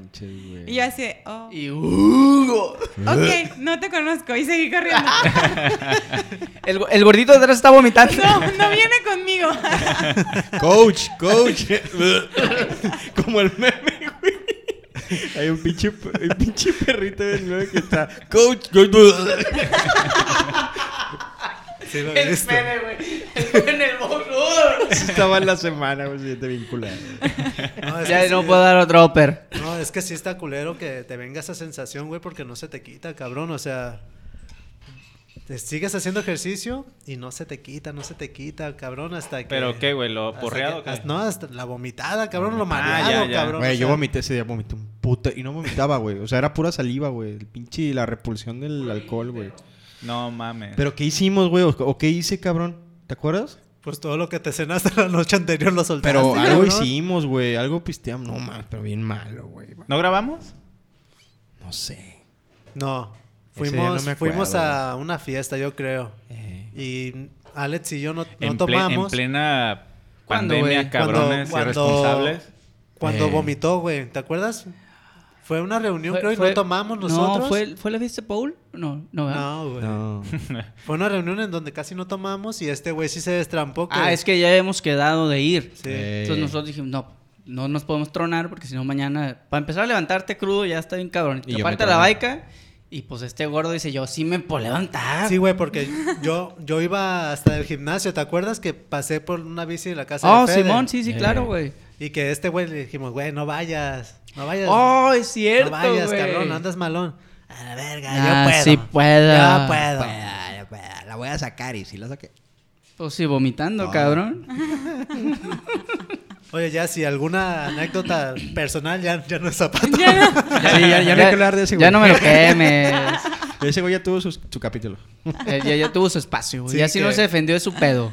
E: Y yo así, de, oh,
D: Y Hugo.
E: ok, no te conozco y seguí corriendo.
D: El, el gordito de atrás está vomitando.
E: no, no viene conmigo.
C: Coach, coach. Como el meme, güey. Hay un pinche, un pinche perrito del 9 que está. Coach, coach.
B: Sí, lo he
D: El
B: visto.
D: Fede, güey. El Fede en el boludo.
C: Estaba en la semana, güey, siguiente vinculado.
B: No, es
D: Ya
B: que
D: no
B: sí,
D: puedo dar otro upper.
B: No, es que sí está culero que te venga esa sensación, güey, porque no se te quita, cabrón. O sea, te sigues haciendo ejercicio y no se te quita, no se te quita, cabrón, hasta que...
A: ¿Pero qué, güey? ¿Lo
B: hasta
A: porreado? o
B: que-
A: qué?
B: hasta- no, hasta la vomitada, cabrón, lo
A: Ah,
B: mareado,
A: ya, ya.
B: cabrón.
C: Güey,
B: o
C: yo
B: sea,
C: vomité ese día, vomité un puto. Y no vomitaba, güey. O sea, era pura saliva, güey. El pinche, la repulsión del alcohol, güey.
A: No mames.
C: Pero ¿qué hicimos, güey? ¿O- ¿O qué hice, cabrón? ¿Te acuerdas?
B: Pues todo lo que te cenaste la noche anterior lo soltaste,
C: Pero algo
B: cabrón.
C: hicimos, güey. Algo pisteamos. No mames, pero bien malo, güey.
A: ¿No grabamos?
C: No sé.
B: No,
C: Ese día
B: fuimos,
C: no me acuerdo,
B: fuimos a una fiesta, yo creo.
C: Eh.
B: Y Alex y yo no, no
A: en, ple- en
B: tomamos.
A: plena
D: ¿Cuándo,
A: pandemia,
D: güey?
A: cabrones
B: Cuando-
A: irresponsables.
B: Cuando
C: Eh.
B: vomitó, güey, ¿te acuerdas? Fue una reunión, creo, y no tomamos nosotros.
D: No, ¿fue, ¿fue la fiesta de Paul? No, no, ¿verdad?
B: No, güey.
C: No.
B: Fue una reunión en donde casi no tomamos y este güey sí se destrampó.
D: Ah, es que ya hemos quedado de ir.
B: Sí.
C: Eh.
D: Entonces nosotros dijimos, no, no nos podemos tronar porque si no mañana, para empezar a levantarte crudo ya está bien cabrón.
C: Y
D: Y
C: yo
D: aparte
C: me
D: la
C: troné.
D: baica y pues este gordo dice, yo sí me puedo levantar.
B: Sí, güey, porque yo, yo iba hasta el gimnasio, ¿te acuerdas? Que pasé por una bici de la casa
D: oh,
B: de Fede.
D: Simón, sí, sí,
C: Eh.
D: claro, güey.
B: Y que este güey le dijimos, güey, no vayas, no vayas.
D: Oh, es cierto,
B: no vayas,
D: güey.
B: cabrón, andas malón. A la verga,
D: Ah,
B: yo puedo.
D: sí puedo.
B: Yo puedo.
C: La voy a sacar y si la saqué.
D: Pues sí, vomitando,
C: No.
D: cabrón.
B: Oye, ya, si alguna anécdota personal, ya, ya no es zapato.
C: Sí, ya, ya no hay que hablar de ese, güey.
D: Ya no me lo quemes.
C: Ese güey ya tuvo sus- su capítulo.
D: Eh, ya, ya tuvo su espacio, güey.
B: Sí,
D: ya si no
B: que-
D: se defendió de su pedo.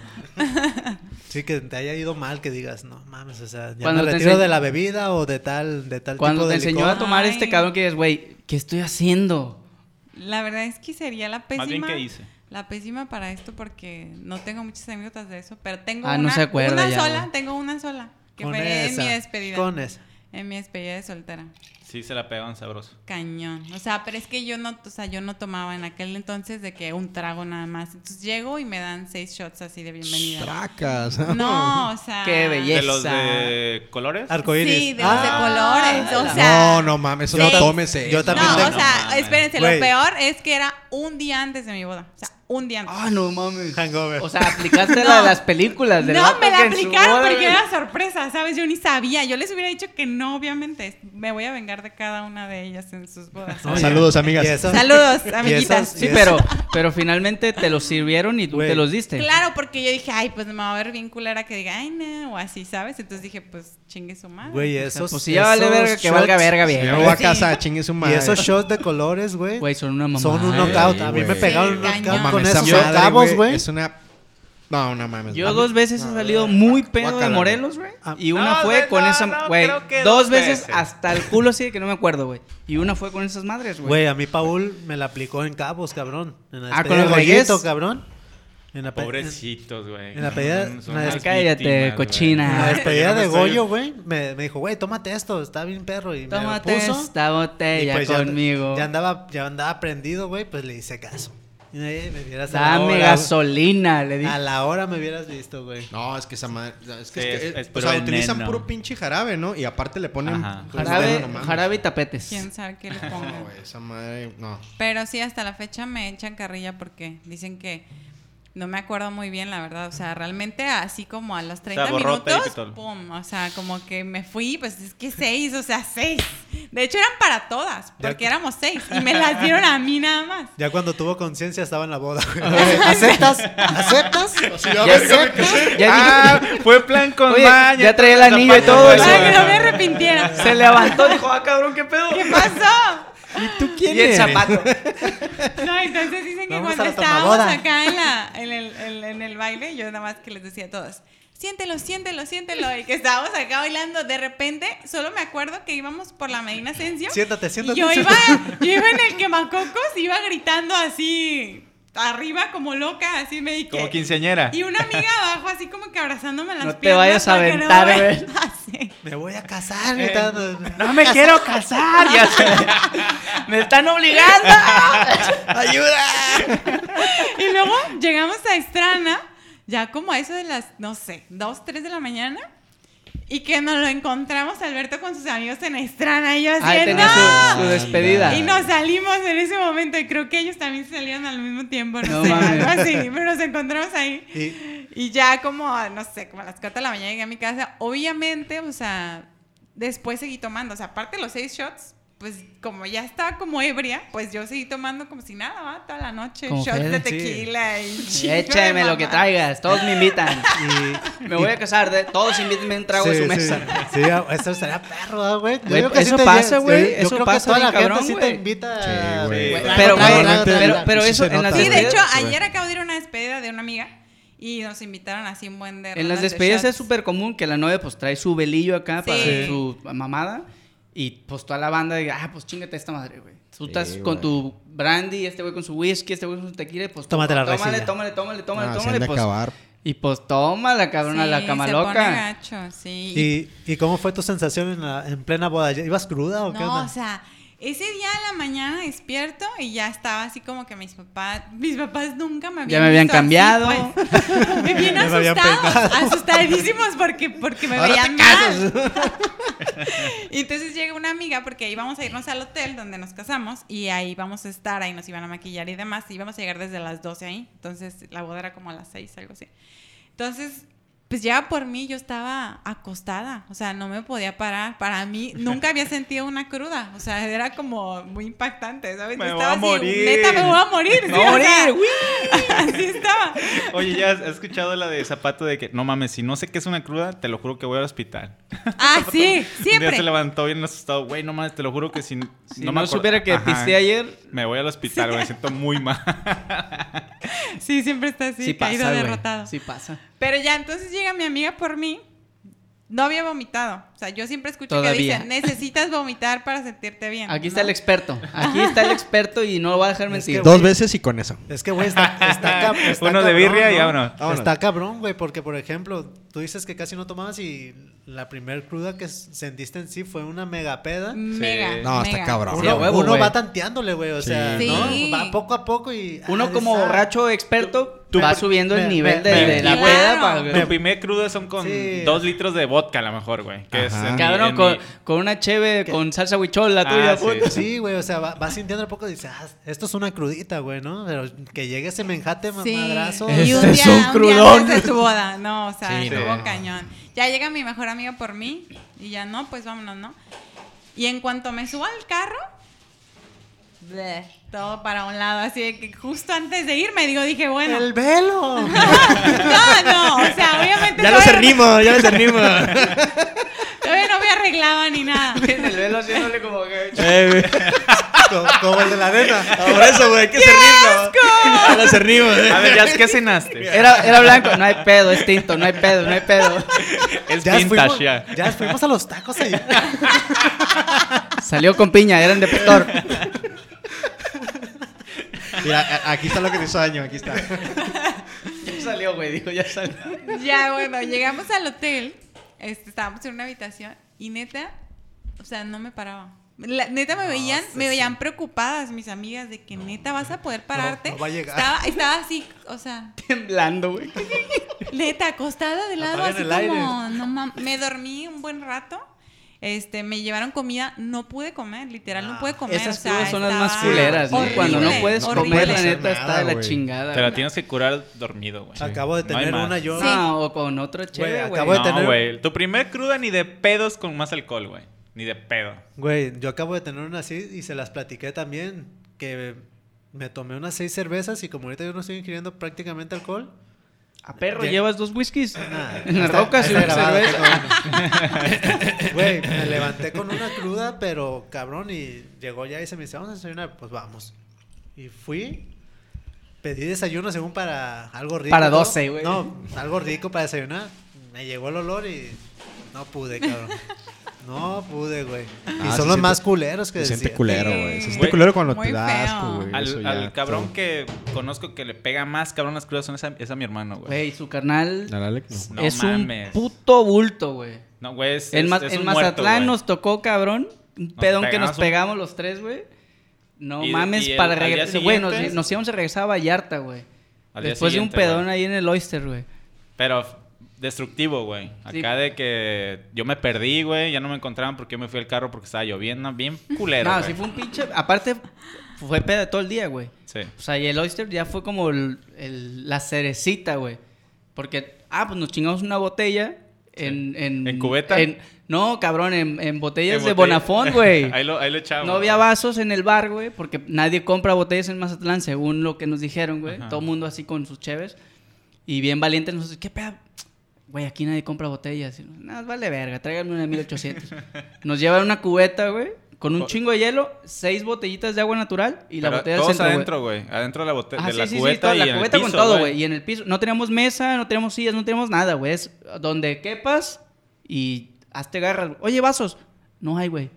B: Sí, que te haya ido mal, que digas, no mames, o sea, ya
D: Cuando
B: me
D: te
B: retiro
D: enseñ-
B: de la bebida o de tal, de tal
D: Cuando te
B: tipo de
D: enseñó
B: licor.
D: a tomar
E: Ay.
D: este cabrón que dices, güey, ¿qué estoy haciendo?
E: La verdad es que sería la pésima.
A: Más bien, ¿qué hice?
E: La pésima para esto porque no tengo muchas anécdotas de eso, pero tengo
D: Ah,
E: una,
D: no se acuerda
E: una
D: ya,
E: sola,
D: güey.
E: tengo una sola, que
B: Con
E: fue
B: esa,
E: en mi despedida.
B: Con esa.
E: En mi despedida de soltera.
A: Sí, se la pegaban sabroso.
E: Cañón. O sea, pero es que yo no, o sea, yo no tomaba en aquel entonces de que un trago nada más. Entonces llego y me dan seis shots así de bienvenida.
C: Tracas.
E: No, o sea.
D: Qué
A: ¿De
D: belleza. Yes,
A: los de colores?
B: Arcoíris.
E: Sí, de los de
B: Ah.
E: colores. O sea.
C: no, no mames, eso
E: sí.
C: no tomes eso.
B: Yo también
E: no,
B: tengo-
E: o sea, espérense, lo
B: Güey.
E: peor es que era un día antes de mi boda. O sea, un día antes.
D: Ah, no mames.
B: Hangover.
D: O sea, aplicaste la de las películas. del
E: No,
D: vato
E: me la
D: que en su
E: aplicaron
D: boda,
E: porque
D: güey.
E: era sorpresa, ¿sabes? Yo ni sabía. Yo les hubiera dicho que no, obviamente. Me voy a vengar de cada una de ellas en sus bodas.
B: Oye,
C: Saludos, amigas.
B: y eso-
E: Saludos,
B: esas-
E: amiguitas.
D: Sí,
B: Yes.
D: pero, pero finalmente te los sirvieron y tú
B: Güey.
D: te los diste.
E: Claro, porque yo dije, ay, pues me va a ver bien culera que diga, ay, no, o así, ¿sabes? Entonces dije, pues chingue su madre.
B: Güey,
D: O sea,
B: esos.
D: pues si ya vale
B: esos
D: verga, que
B: shots-
D: valga verga bien.
C: Yo me voy a
E: Sí.
C: casa, chingue su
B: Y
C: madre.
B: esos shots de colores, güey.
D: Güey, son una mamá.
B: Son un
C: Sí,
B: knockout. A mí
C: güey.
B: me pegaron un
E: Sí,
B: knockout
E: cañón.
C: No
B: con
C: mames,
B: esos
C: esa madre,
B: cabos, güey.
C: Es una. No, no
B: Pues
C: mames.
D: Yo
C: A mí-
D: dos veces he salido muy pedo
C: guácala,
D: de
C: güey.
D: Morelos, güey.
B: eh, Ah.
D: Y una
A: No,
D: fue
A: güey,
D: con
A: no,
D: esa.
A: no,
D: Güey,
A: creo que
D: dos
A: dos
D: veces,
A: veces.
D: hasta el culo así de que no me acuerdo, güey. Y una fue con esas madres, güey.
B: Güey, a mí Paul me la aplicó en cabos, cabrón. En la
D: Ah,
B: despedida
D: con el
B: de Goyito,
D: Reyes.
B: cabrón. En la pe-
A: Pobrecitos, güey.
B: En la pedida-
A: Son- son
B: en la-
A: unas
D: Cállate,
A: víctimas,
D: cochina.
B: en la
D: Ah,
B: despedida
A: yo no
B: de
A: estoy-
B: Goyo, güey, me, me dijo, güey, tómate esto, está bien perro. Y
D: Tómate
B: me lo puso.
D: esta
B: Y
D: botella
B: pues ya-
D: conmigo.
B: Ya, andaba, ya andaba prendido, güey, pues le hice caso. Y eh, me vieras a la
D: Dame
B: hora,
D: gasolina, le
B: güey. A
D: dije.
B: la hora me hubieras visto, güey.
C: No, es que esa madre. Es que,
A: Sí,
C: es que-
A: es- es
C: o
A: puro
C: sea, utilizan
A: veneno.
C: puro pinche jarabe, ¿no? Y aparte le ponen.
A: Ajá.
C: pues,
D: Jarabe,
C: no mames.
D: jarabe y tapetes.
E: Quién sabe qué le
C: No,
E: pongan.
C: güey, esa madre. No.
E: Pero sí, hasta la fecha me echan carrilla porque dicen que no me acuerdo muy bien, la verdad. O sea, realmente así como a los 30
A: borró
E: minutos,
A: Tapitol.
E: pum, o sea, como que me fui, pues es que seis, o sea, seis. De hecho, eran para todas, porque éramos seis y me las dieron a mí nada más.
B: Ya cuando tuvo conciencia estaba en la boda, güey. ¿Aceptas? ¿Aceptas?
C: ya
D: Ya
C: verga,
D: sé, ya
A: Ah, fue plan con
D: Oye,
A: maña.
D: ya traía el anillo y todo,
E: Para
D: eso,
E: que
D: güey.
E: no me arrepintiera.
D: dije. Se levantó, dijo, ah, cabrón, qué pedo.
E: ¿Qué pasó?
C: ¿Y tú
D: Y el zapato.
E: No, entonces dicen que
B: Vamos
E: cuando
B: a la
E: estábamos
B: tomaboda.
E: acá en, la, en, el, en- en el baile, yo nada más que les decía a todos, siéntelo, siéntelo, siéntelo, y que estábamos acá bailando, de repente, solo me acuerdo que íbamos por la Medina Asensio,
B: Siéntate,
E: y
B: siéntate.
E: yo iba,
B: siéntate.
E: yo iba en el quemacocos, iba gritando así, arriba como loca, así me dije...
A: Como quinceañera.
E: Y una amiga abajo, así como que abrazándome las
D: No te
E: piernas.
D: vayas a
E: para que
D: aventar,
E: me-
D: güey.
E: Así.
B: Me voy a casar, y tal.
D: Eh, No me quiero casar. ya sé. me están obligando.
C: ¡Ayuda!
E: Y luego llegamos a Estrana, ya como a eso de las, no sé, 2, 3 de la mañana. Y que nos lo encontramos Alberto con sus amigos en Estrana. Y yo así,
D: Ah,
E: de,
D: tenía su, su
E: ¡no!
D: despedida.
E: Y nos salimos en ese momento. Y creo que ellos también salieron al mismo tiempo. No,
D: No
E: sé,
D: mames.
E: algo así. Pero nos encontramos ahí.
B: Y
E: Y ya como, a, no sé, como a las 4 de la mañana llegué a mi casa. Obviamente, o sea, después seguí tomando. O sea, aparte de los seis shots, pues como ya estaba como ebria, pues yo seguí tomando como si nada, ¿va? Toda la noche.
D: Como
E: shots
D: Fer,
E: de
D: sí.
E: tequila y chingo de
D: Écheme lo
E: mamá.
D: que traigas, todos me invitan. Me voy a casar, de- todos invítenme un trago a
B: sí,
D: su
B: sí.
D: mesa.
B: Sí, ah, eso será perro, ah, güey. Yo
D: Güey,
B: digo que
D: eso
B: te
D: pasa,
B: lle-
D: güey,
B: yo- Yo
D: eso
B: creo que
D: pasa
B: toda la
D: bien
B: gente
D: cabrón,
B: sí te
D: güey.
B: invita.
C: Sí, güey.
B: Trago,
D: Pero,
B: trago,
D: güey,
B: trago, trago,
D: pero-
B: trago.
D: pero
C: Sí
D: eso
C: se
D: en las
C: nota,
E: Sí, de
C: güey.
E: hecho,
C: Sí, güey.
E: ayer acabo de ir a una despedida de una amiga y nos invitaron así un buen de
D: En las
E: rondas de
D: despedidas es
E: shots.
D: súper común que la novia pues trae su velillo acá
E: Sí.
D: para
E: Sí.
D: su mamada y pues toda la banda diga, ah, pues chingate esta madre, güey.
C: Sí,
D: Tú estás
C: güey.
D: con tu brandy, este güey con su whisky, este güey con su tequila, y, pues
B: Tómate la
D: tómale,
B: resilla.
D: tómale, tómale, tómale,
C: Ah, se han
D: tómale,
C: de
D: pues,
C: acabar.
D: y pues tómala, cabrón, a
E: Sí,
D: la cama
E: se
D: loca.
E: pone gacho, sí.
B: ¿Y, ¿Y cómo fue tu sensación en, la- en plena boda? ¿Ibas cruda o qué
E: No,
B: onda?
E: o sea, ese día de la mañana despierto y ya estaba así como que mis papás, mis papás nunca me habían
D: Ya me habían
E: visto así,
D: cambiado.
E: pues. me bien
B: Ya me habían
E: asustados, asustadísimos porque, porque me
D: Ahora
E: veían
D: te
E: mal. y entonces llega una amiga porque íbamos a irnos al hotel donde nos casamos y ahí vamos a estar, ahí nos iban a maquillar y demás, y íbamos a llegar desde las 12 ahí, entonces la boda era como a las 6, algo así. Entonces, pues ya por mí yo estaba acostada, o sea, no me podía parar. Para mí nunca había sentido una cruda, o sea, era como muy impactante, ¿sabes?
A: Me
E: Yo
A: voy
E: estaba
A: a morir.
E: Neta, me voy a morir.
D: Me
E: ¿sí?
D: voy a
E: O sea,
D: morir,
E: Así estaba.
A: Oye, ¿ya has has escuchado la de Zapato de que no mames, si no sé qué es una cruda, te lo juro que voy al hospital?
E: Ah, sí,
A: Un día se
E: siempre.
A: levantó bien asustado, güey, no mames, te lo juro que si,
D: Si
A: me
D: no,
A: acuerdo-
D: supiera que
A: Ajá.
D: pisé ayer,
A: Me voy al hospital, güey, me siento muy mal.
E: Sí, siempre está así,
D: sí,
E: caído
D: pasa,
E: derrotado.
D: güey. Sí pasa.
E: Pero ya, entonces llega mi amiga por mí. No había vomitado. O sea, yo siempre escucho
D: Todavía.
E: que dicen, necesitas vomitar para sentirte bien.
D: Aquí
E: ¿no?
D: está el experto. Aquí está el experto y no lo va a dejar mentir.
B: que-
C: Dos veces y con eso.
B: Es que, güey, está, está, cab- está
A: Uno de
B: cabrón,
A: birria y
B: ¿no?
A: vámonos.
C: Vámonos.
B: Está cabrón, güey, porque, por ejemplo, tú dices que casi no tomabas y la primer cruda que s- sentiste en sí fue una mega peda.
E: Mega.
C: No, está
E: mega.
C: cabrón.
B: Uno,
D: Mm. Sí, a huevo,
B: uno
D: güey.
B: va tanteándole, güey, o sea,
E: Sí. Sí.
B: ¿no? Va poco a poco y... ah,
D: Uno como
B: esa-
D: borracho experto
B: tú-
D: va
B: me-
D: subiendo el
B: me-
D: nivel
B: me-
D: de,
A: me-
D: de la
E: Claro.
D: peda para-
A: Mi primer crudo son con
B: Sí.
A: dos litros de vodka, a lo mejor, güey. que es
C: Ajá.
A: en mi-
D: Cabrón,
A: en
D: con,
A: mi-
D: con una cheve, con salsa huichol, la tuya,
A: Ah, sí.
D: puta.
B: Sí, güey, o sea, va- vas sintiendo un poco y dices, ah, esto es una crudita, güey, ¿no? Pero que llegue ese menjate ma-
E: Sí.
B: madrazo.
E: Y un
D: Este
E: día,
D: es un
E: un
D: crudón.
E: día antes de tu boda, no, o sea,
C: Sí,
E: estuvo
C: no.
E: cañón. Ya llega mi mejor amiga por mí y ya no, pues vámonos, ¿no? Y en cuanto me subo al carro, bleh, todo para un lado, así de que justo antes de irme, digo, dije, bueno,
B: ¡El velo!
E: no, no, o sea, obviamente
C: Ya lo
E: todavía,
C: cernimos, ya lo cernimos.
E: todavía no me arreglaba ni nada.
D: En el velo haciéndole como que...
C: Eh, güey.
B: Co- como el de la arena.
C: Por eso, güey, hay que cernirlo. Ya lo cernimos. eh.
A: A ver, Jazz, ¿qué cenaste?
D: Era, era blanco, no hay pedo, es tinto, no hay pedo, no hay pedo.
A: Es
B: Ya
A: vintage,
B: fuimos,
A: ya.
B: ya fuimos a los tacos allá.
D: Salió con piña, eran de pastor.
C: Mira, a- aquí está lo que te hizo daño, aquí está.
D: Ya salió, güey, dijo, ya salió.
E: Ya, bueno, llegamos al hotel. Este, estábamos en una habitación y neta, o sea, no me paraba. La- neta me veían, me veían preocupadas mis amigas de que neta vas a poder pararte.
B: no va a llegar.
E: Estaba, estaba así, o sea,
D: Temblando, güey.
E: neta acostada de lado
B: Apaguen
E: así
B: el aire.
E: como, no mam- me dormí un buen rato. Este, me llevaron comida, no pude comer, literal, no pude comer.
D: Ah, Esas
E: o sea,
D: crudas son las más
E: estaba
D: culeras, ¿no?
E: horrible,
D: Cuando no puedes
E: horrible.
D: comer, la
C: puedes hacer
D: neta está
C: nada,
D: de la
C: güey.
D: chingada.
A: Te la tienes que curar dormido, güey.
B: Acabo de
A: No hay
B: tener
A: más.
B: una yo.
E: Sí.
D: Ah, o con otro chévere,
B: Güey,
D: güey.
B: acabo de tener-
A: No, güey. Tu primer cruda ni de pedos con más alcohol, güey. Ni de pedo.
B: Güey, yo acabo de tener una así y se las platiqué también. Que me tomé unas seis cervezas y como ahorita yo no estoy ingiriendo prácticamente alcohol.
D: A perro,
B: Ya-
D: llevas dos whiskies.
B: nada.
D: En las
B: Está-
D: rocas y
B: está
D: una
B: grabado,
D: cerveza.
B: tengo- Güey, me levanté con una cruda, pero cabrón. Y llegó ya y se me dice, vamos a desayunar. Pues vamos. Y fui. Pedí desayuno según para algo rico.
D: Para
B: ¿no?
D: 12, güey.
B: No, algo rico para desayunar. Me llegó el olor y no pude, cabrón. No pude, güey. Y
C: Ah, se
B: son los
C: siente-
B: más culeros que
C: Se siente
B: decían.
C: culero,
E: Sí.
C: güey. Se siente
A: Güey,
C: culero cuando
E: muy
C: te das,
E: feo.
C: asco, güey. Eso
A: Al,
C: ya,
A: al cabrón
C: todo.
A: que conozco que le pega más cabrón las crudas son esa- es a mi hermano, güey.
D: Güey, su carnal
C: Al Alex, no.
A: No
D: es
A: mames.
D: un puto bulto, güey.
A: No, güey, es,
D: En,
A: es-
D: Ma-
A: es
D: en
A: un muerto,
D: Mazatlán
A: güey.
D: nos tocó, cabrón. Un pedón que
A: pegamos
D: nos
A: un-
D: pegamos los tres, güey. No
A: Y-
D: mames,
A: y el-
D: para
A: al día
D: regresar. Güey, nos,
A: siguiente-
D: nos íbamos a regresar a Vallarta, güey.
A: Al día
D: Después de un
A: siguiente,
D: pedón
A: güey.
D: ahí en el Oyster, güey.
A: Pero f- destructivo, güey.
D: Sí.
A: Acá de que yo me perdí, güey, ya no me encontraban porque yo me fui al carro porque estaba lloviendo, bien culero.
D: no,
A: güey.
D: sí fue un pinche. Aparte, fue peda todo el día, güey.
A: Sí.
D: O sea, y el oyster ya fue como el- el- la cerecita, güey. Porque, ah, pues nos chingamos una botella en... ¿En,
A: ¿En cubeta?
D: en- no, cabrón, en, en botellas
A: En
D: de
A: botella-
D: Bonafont, güey.
A: ahí, lo, ahí lo echamos.
D: No había vasos en el bar, güey, porque nadie compra botellas en Mazatlán, según lo que nos dijeron, güey.
A: Ajá.
D: Todo el mundo así con sus cheves. Y bien valientes nos dice, ¿qué pedo? Güey, aquí nadie compra botellas. Nada, pues vale verga, tráiganme una de 1800. nos llevan una cubeta, güey, con un
A: Co-
D: chingo de hielo, seis botellitas de agua natural y la
A: Pues Pero
D: botella al
A: todos
D: centro, güey.
A: adentro, güey. Adentro de la botella,
D: Ah,
A: de
D: sí,
A: la
D: sí, sí,
A: cubeta
D: toda
A: y
D: la
A: en el
D: cubeta con
A: piso,
D: todo, güey. Y en el piso. No teníamos mesa, no teníamos sillas, no teníamos nada, güey. Es donde quepas y hazte garras. Oye, vasos. No hay, güey.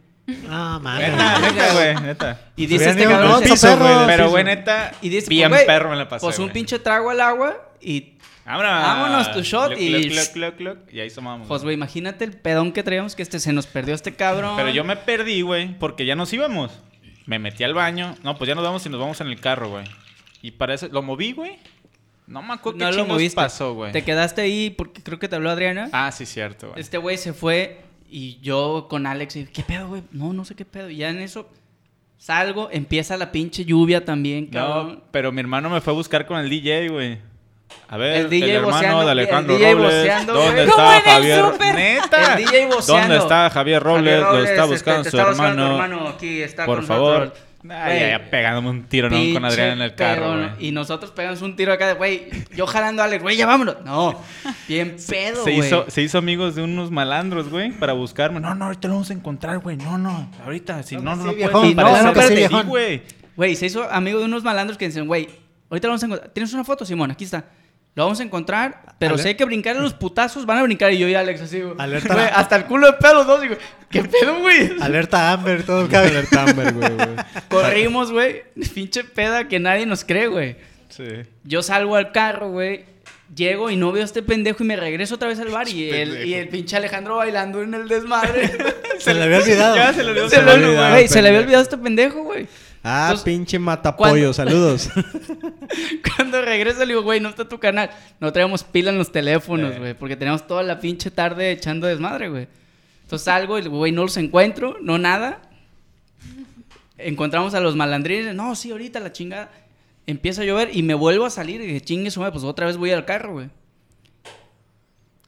A: Neta,
B: Ah, madre.
A: neta, güey, neta.
D: Y dice
B: Hubieran
D: este
B: ido
D: cabrón.
B: con
D: dice,
B: otro perro,
A: Pero,
B: del piso.
A: güey, neta,
D: y dice,
A: bien
D: pues, güey,
A: perro me la pasé,
D: Pues un
A: güey.
D: pinche trago al agua y.
A: Vámonos.
D: Vámonos, tu shot
A: Cluck, cluck,
D: y-
A: cluck, cluck, cluck, y ahí tomamos.
D: Pues, güey, imagínate el pedón que traíamos que este se nos perdió este cabrón.
A: Pero yo me perdí, güey, porque ya nos íbamos. Me metí al baño. No, pues ya nos vamos y nos vamos en el carro, güey. Y para eso, ¿lo moví, güey? No me acuerdo
D: No
A: qué
D: lo
A: chingos
D: moviste.
A: pasó, güey.
D: Te quedaste ahí porque creo que te habló Adriana.
A: Ah, sí, cierto, güey.
D: Este güey se fue y yo con Alex, y, ¿qué pedo, güey? No, no sé qué pedo. Y ya en eso salgo, empieza la pinche lluvia también, cabrón.
A: No, pero mi hermano me fue a buscar con el DJ, güey. A ver,
D: El
A: el,
D: DJ
A: hermano
D: voceando,
A: de Alejandro
D: el DJ
A: Robles.
D: voceando,
A: ¿Dónde
D: güey.
E: Como
A: está
E: en el
A: Javier?
E: súper.
A: Neta.
D: El DJ voceando. este,
A: ¿Dónde está Javier Robles? Lo está buscando su hermano.
D: Aquí está
A: Por
D: con
A: favor.
D: nosotros.
A: Ay, ya, ya pegándome un tiro ¿no? con
D: Pinche
A: Adrián en el carro,
D: pedo, ¿no?
A: güey.
D: Y nosotros pegamos un tiro acá de, güey, yo jalando a Alex, güey, ya vámonos. No, bien pedo,
A: Se
D: güey.
A: hizo, se hizo amigos de unos malandros, güey, para buscarme. No, no, ahorita lo vamos a encontrar, güey. No, no, ahorita. Si no, no,
B: que
A: no,
B: sí,
A: puedes
B: viejón,
A: aparecer.
D: claro que sí,
A: Sí,
B: viejón.
A: güey.
D: Güey, se hizo amigo de unos malandros que dicen, güey, ahorita lo vamos a encontrar. ¿Tienes una foto, Simón? Aquí está. Lo vamos a encontrar, pero
B: Ale-
D: si hay que brincar a los putazos, van a brincar. Y yo y Alex así, güey.
B: Alerta.
D: Güey, hasta el culo de pedo los dos. Digo, ¿qué pedo, güey?
B: Alerta Amber, todo el cabello.
C: Alerta Amber, güey, güey.
D: Corrimos, güey. Pinche peda que nadie nos cree, güey.
A: Sí.
D: Yo salgo al carro, güey. Llego y no veo a este pendejo y me regreso otra vez al bar y el, y el pinche Alejandro bailando en el desmadre.
B: Se le había olvidado.
A: Ya se le dio
D: se, le-
C: había olvidado,
D: güey, se le había
C: pendejo.
D: olvidado a este pendejo, güey.
C: Ah,
D: Entonces,
C: pinche matapollo,
D: ¿cuándo?
C: saludos.
D: Cuando regreso le digo, güey, no está tu canal. No traíamos pila en los teléfonos,
A: Eh.
D: güey, porque teníamos toda la pinche tarde echando desmadre, güey. Entonces salgo y, le digo, güey, no los encuentro, no nada. Encontramos a los malandrines, no, sí, ahorita la chingada. Empieza a llover y me vuelvo a salir y dije, chingue su madre, pues otra vez voy al carro, güey.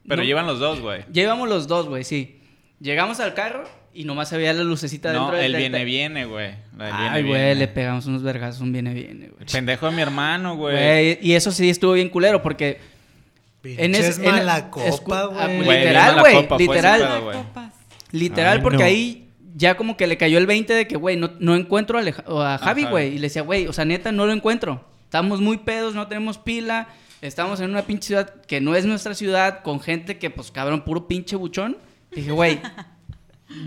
A: Pero
D: No.
A: llevan los dos, güey.
D: Llevamos los dos, güey, sí. Llegamos al carro y nomás se veía la lucecita
A: No,
D: dentro del
A: el
D: del-
A: viene, viene, güey. La del
D: Ay,
A: viene, eh.
D: güey,
A: viene.
D: le pegamos unos vergazos, un viene, viene, güey.
A: El pendejo de mi hermano, güey.
D: Güey, Y eso sí estuvo bien culero porque en
B: Pinches
D: ese en- escu-
B: malacopa,
D: ah,
B: güey.
A: Güey, bien
D: Literal,
A: mala
D: güey,
A: copa, fue ese
D: literal,
A: pedo, güey.
E: Copas.
D: literal
C: Ay,
D: porque
C: no.
D: ahí ya como que le cayó el 20 de que, güey, no, no encuentro a, Aleja- o a Javi,
A: Ajá.
D: güey, y le decía, güey, o sea, neta no lo encuentro. Estamos muy pedos, no tenemos pila, estamos en una pinche ciudad que no es nuestra ciudad con gente que pues cabrón puro pinche buchón. Dije, güey,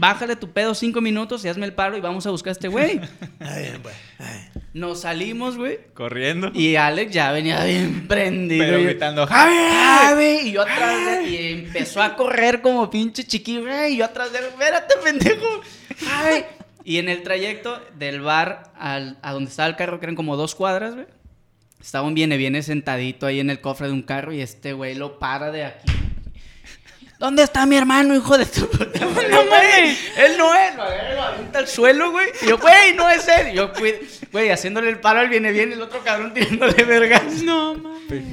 D: bájale tu pedo cinco minutos y hazme el paro y vamos a buscar a este güey.
B: Ay, güey. Ay.
D: Nos salimos, güey,
A: Corriendo.
D: y Alex ya venía bien prendido.
A: Pero
D: y-
A: gritando, ¡Javier!
D: ¡Javi! Y yo atrás de Y empezó a correr como pinche chiquillo. güey, Y yo atrás de él. ¡Espérate, pendejo! ¡Javi! Y en el trayecto del bar al, a donde estaba el carro, que eran como dos cuadras, güey. Estaba un viene, viene sentadito ahí en el cofre de un carro. Y este güey lo para de aquí. ¿Dónde está mi hermano, hijo de tu puta madre? Güey, Él no es, lo agarra y lo avienta al suelo, güey. Y yo, güey, no es él. Y yo, güey, güey, haciéndole el paro al viene, viene, el otro cabrón tirándole vergas.
E: No, mames.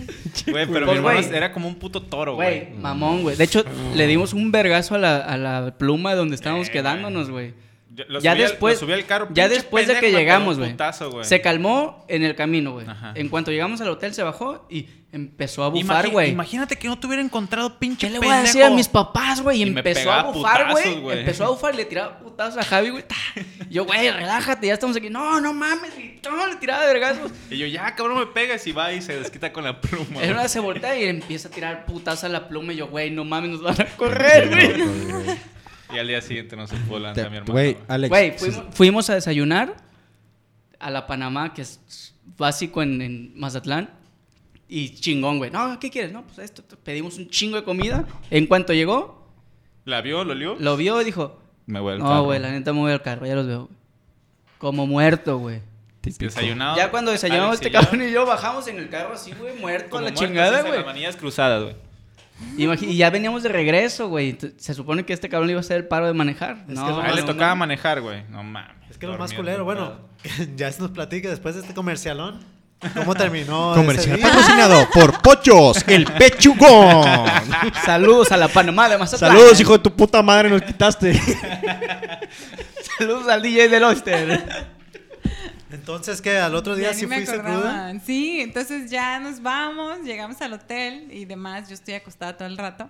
A: Güey, pero mi
D: Pues,
A: hermano
D: güey.
A: era como un puto toro,
D: Güey,
A: güey. Mm.
D: mamón, güey. De hecho, le dimos un vergazo a la, a la pluma donde estábamos
A: Eh,
D: quedándonos, güey.
A: Yo- lo
D: Ya
A: subí al-
D: después,
A: lo subí al carro,
D: ya
A: pinche
D: después de
A: pendejo,
D: que
A: me pegó
D: llegamos,
A: un
D: güey.
A: putazo, güey.
D: Se calmó en el camino, güey.
A: Ajá.
D: En cuanto llegamos al hotel, se bajó y empezó a
A: Imagi-
D: bufar, güey.
A: Imagínate que no te hubiera encontrado pinche
D: ¿Qué le
A: pendejo.
D: voy a decir a mis papás, güey? Y,
A: Y me
D: empezó a
A: pegaba
D: bufar,
A: putazos,
D: güey.
A: güey.
D: Empezó a bufar y le tiraba putazos a Javi, güey. Ta. Yo, güey, relájate, ya estamos aquí. No, no mames. Y todo le tiraba vergazos.
A: Y yo, ya, cabrón, me pegas y va y se desquita con la pluma.
D: En
A: güey.
D: una se voltea y empieza a tirar putazos a la pluma. Y yo, güey, no mames, nos van a correr, güey.
A: Y al día siguiente no se pudo levantar mi
C: Te-
A: hermano.
C: Güey,
A: güey.
C: Alex.
D: Güey, ah.
C: sí,
D: fuimos, fuimos a desayunar a la Panamá, que es básico en, en Mazatlán. Y chingón, güey. No, ¿qué quieres? No, pues esto. esto. Pedimos un chingo de comida. En cuanto llegó,
A: ¿La vio? ¿Lo lió?
D: lo vio y dijo:
A: Me voy al
D: No,
A: carro.
D: güey, la neta me voy al carro, ya los veo. güey". Como muerto, güey.
C: típico.
A: Desayunado.
D: Ya cuando desayunamos,
A: Alex y
D: este
A: yo,
D: cabrón y yo bajamos en el carro así, güey, muerto a
A: como
D: la
A: muertos,
D: chingada,
A: así,
D: güey.
A: Las manillas cruzadas, güey.
D: Imagi- y ya veníamos de regreso, güey. T- Se supone que este cabrón iba a hacer el paro de manejar.
B: Es
D: no,
B: que
A: A él le
D: no,
A: tocaba
D: no.
A: manejar, güey. No mames.
B: Es que lo más
A: dormido,
B: culero, bueno, ya se nos platica después de este comercialón. ¿Cómo terminó? ese
C: Comercial
B: día?
C: patrocinado por Pochos, el pechugón.
D: Saludos a la Panamá de Mazatlán.
C: Saludos, hijo de tu puta madre, nos quitaste.
D: Saludos al DJ del Oyster.
B: Entonces, ¿qué? Al otro día
E: Ya
B: sí
E: ni me
B: fuiste
E: acordaba.
B: cruda.
E: Sí, entonces ya nos vamos, llegamos al hotel y demás, yo estoy acostada todo el rato.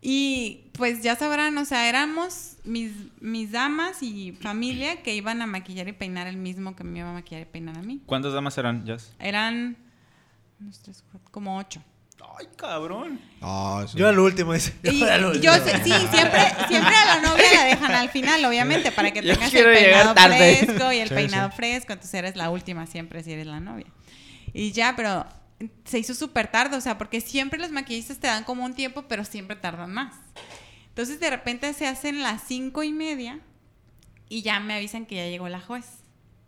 E: Y pues ya sabrán, o sea, éramos mis, mis damas y familia que iban a maquillar y peinar el mismo que me iba a maquillar y peinar a mí.
A: ¿Cuántas damas eran, Jazz?
E: Eran unos tres, cuatro, como ocho.
A: Ay, cabrón.
C: Ah,
B: Yo al último, dice.
E: Y
B: al
E: y
B: último.
E: yo sé- sí, siempre, siempre a la novia la dejan al final, obviamente, para que
D: Yo
E: tengas el
D: quiero llegar
E: peinado
D: tarde.
E: fresco y el
C: Sí,
E: peinado
C: sí.
E: fresco, entonces eres la última siempre si eres la novia. Y ya, pero se hizo súper tarde, o sea, porque siempre los maquillistas te dan como un tiempo, pero siempre tardan más. Entonces de repente se hacen las cinco y media y ya me avisan que ya llegó la juez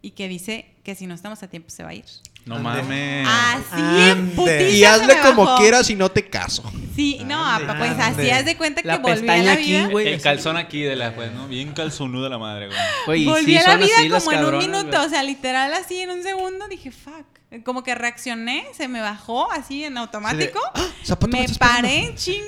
E: y que dice que si no estamos a tiempo se va a ir.
A: No
B: Ande.
D: Eh.
A: mames.
D: Ah,
E: Así
B: Ande.
E: en putiza
C: Y
E: se
C: hazle
E: me
C: como
E: bajó.
C: quieras y no te caso.
E: Sí, no, apa, pues
B: Ande.
E: así haz de cuenta que
D: La
E: volví a
D: pestaña
E: la
D: aquí,
E: vida.
D: güey.
A: El calzón aquí de la juez, ¿no? Bien calzonuda la madre, güey.
D: Güey, y sí,
E: Volví a la
D: son
E: vida
D: así las
E: como en un
D: cabronas,
E: minuto,
D: güey.
E: o sea, literal así en un segundo dije, fuck. Eh, Como que reaccioné, se me bajó así en automático.
D: "Ah,
C: ¡Ah! zapato, me
E: me
C: estás
E: paré en chinga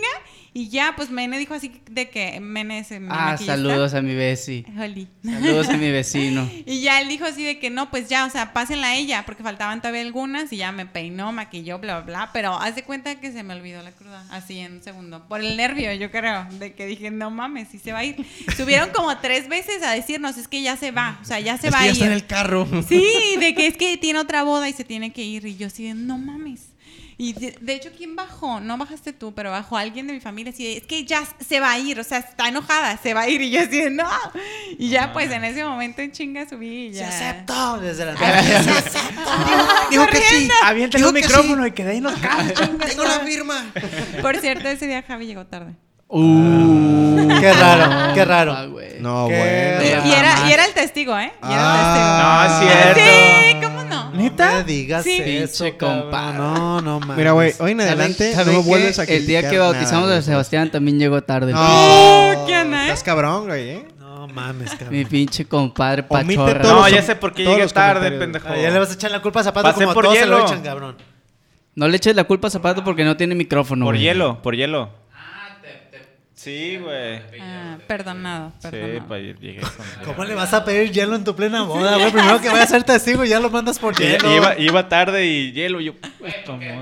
E: y ya, pues Mene dijo así de que Mene es mi
D: Ah,
E: maquillista.
D: saludos a mi Bessie.
E: Jolí.
D: Saludos a mi vecino.
E: Y ya él dijo así de que no, pues ya, o sea, pásenla a ella, porque faltaban todavía algunas y ya me peinó, maquilló, bla, bla, bla. Pero haz de cuenta que se me olvidó la cruda, así en un segundo. Por el nervio, yo creo, de que dije, no mames, sí se va a ir. Subieron como tres veces a decirnos, es que ya se va, o sea, ya se
C: Es
E: va
C: que
E: a
C: ya
E: ir.
C: está en el carro.
E: Sí, de que es que tiene otra boda y se tiene que ir. Y yo así de, no mames. Y de, de hecho, ¿quién bajó? No bajaste tú, pero bajó alguien de mi familia así de, es que ya se va a ir, o sea, está enojada, se va a ir. Y yo así de, no. Y ya,
A: No
E: pues
A: mames.
E: en ese momento en chinga subí y
B: Se
E: ya.
B: aceptó desde la
E: Dijo que sí.
F: Avienten
B: Digo
F: un
B: que
F: micrófono y que de ahí nos cae.
B: Tengo la firma.
E: Por cierto, ese día Javi llegó tarde.
D: Uh,
B: Qué raro, qué raro.
D: Ah, güey.
C: No,
B: Qué
E: Y,
C: bueno.
B: raro.
E: y era, y era el testigo, ¿eh? Y era
A: Ah.
E: el
A: No, es
E: testigo.
A: cierto.
E: Sí, ¿cómo no?
B: ¿Neta? No me digas
E: Sí.
B: eso,
D: Pinche
B: cabrón.
D: compadre.
B: No, no mames.
C: Mira, güey, hoy en
D: ¿Saben-
C: adelante no
D: saben
C: me
D: qué?
C: vuelves a criticar
D: El día que bautizamos
C: nada,
D: a
C: güey.
D: Sebastián también llegó tarde.
C: No,
E: Oh, ¿qué onda, eh?
C: Estás cabrón, güey, ¿eh?
B: No mames, cabrón.
D: Mi pinche compadre
C: Omite
D: pachorra.
C: todos
A: No,
C: los-
A: ya sé por qué
C: todos
A: llegué
C: los
A: tarde,
C: comentarios.
A: pendejo.
B: Ah, ya le vas a echar la culpa a Zapato
A: Pasé
B: como
A: por
B: todos se lo
A: hielo.
B: echan, cabrón.
D: No le eches la culpa a Zapato porque no tiene micrófono.
A: Por
D: güey.
A: hielo, por hielo. Ah, te... Sí, güey.
E: Ah, perdonado,
A: Sí, pues,
E: perdonado.
A: pa' llegué con...
B: ¿Cómo le vas a pedir hielo en tu plena boda, güey? Primero que vaya a ser testigo, ya lo mandas por
A: Que
B: hielo.
A: Iba, iba tarde y hielo, yo. pues, puta madre.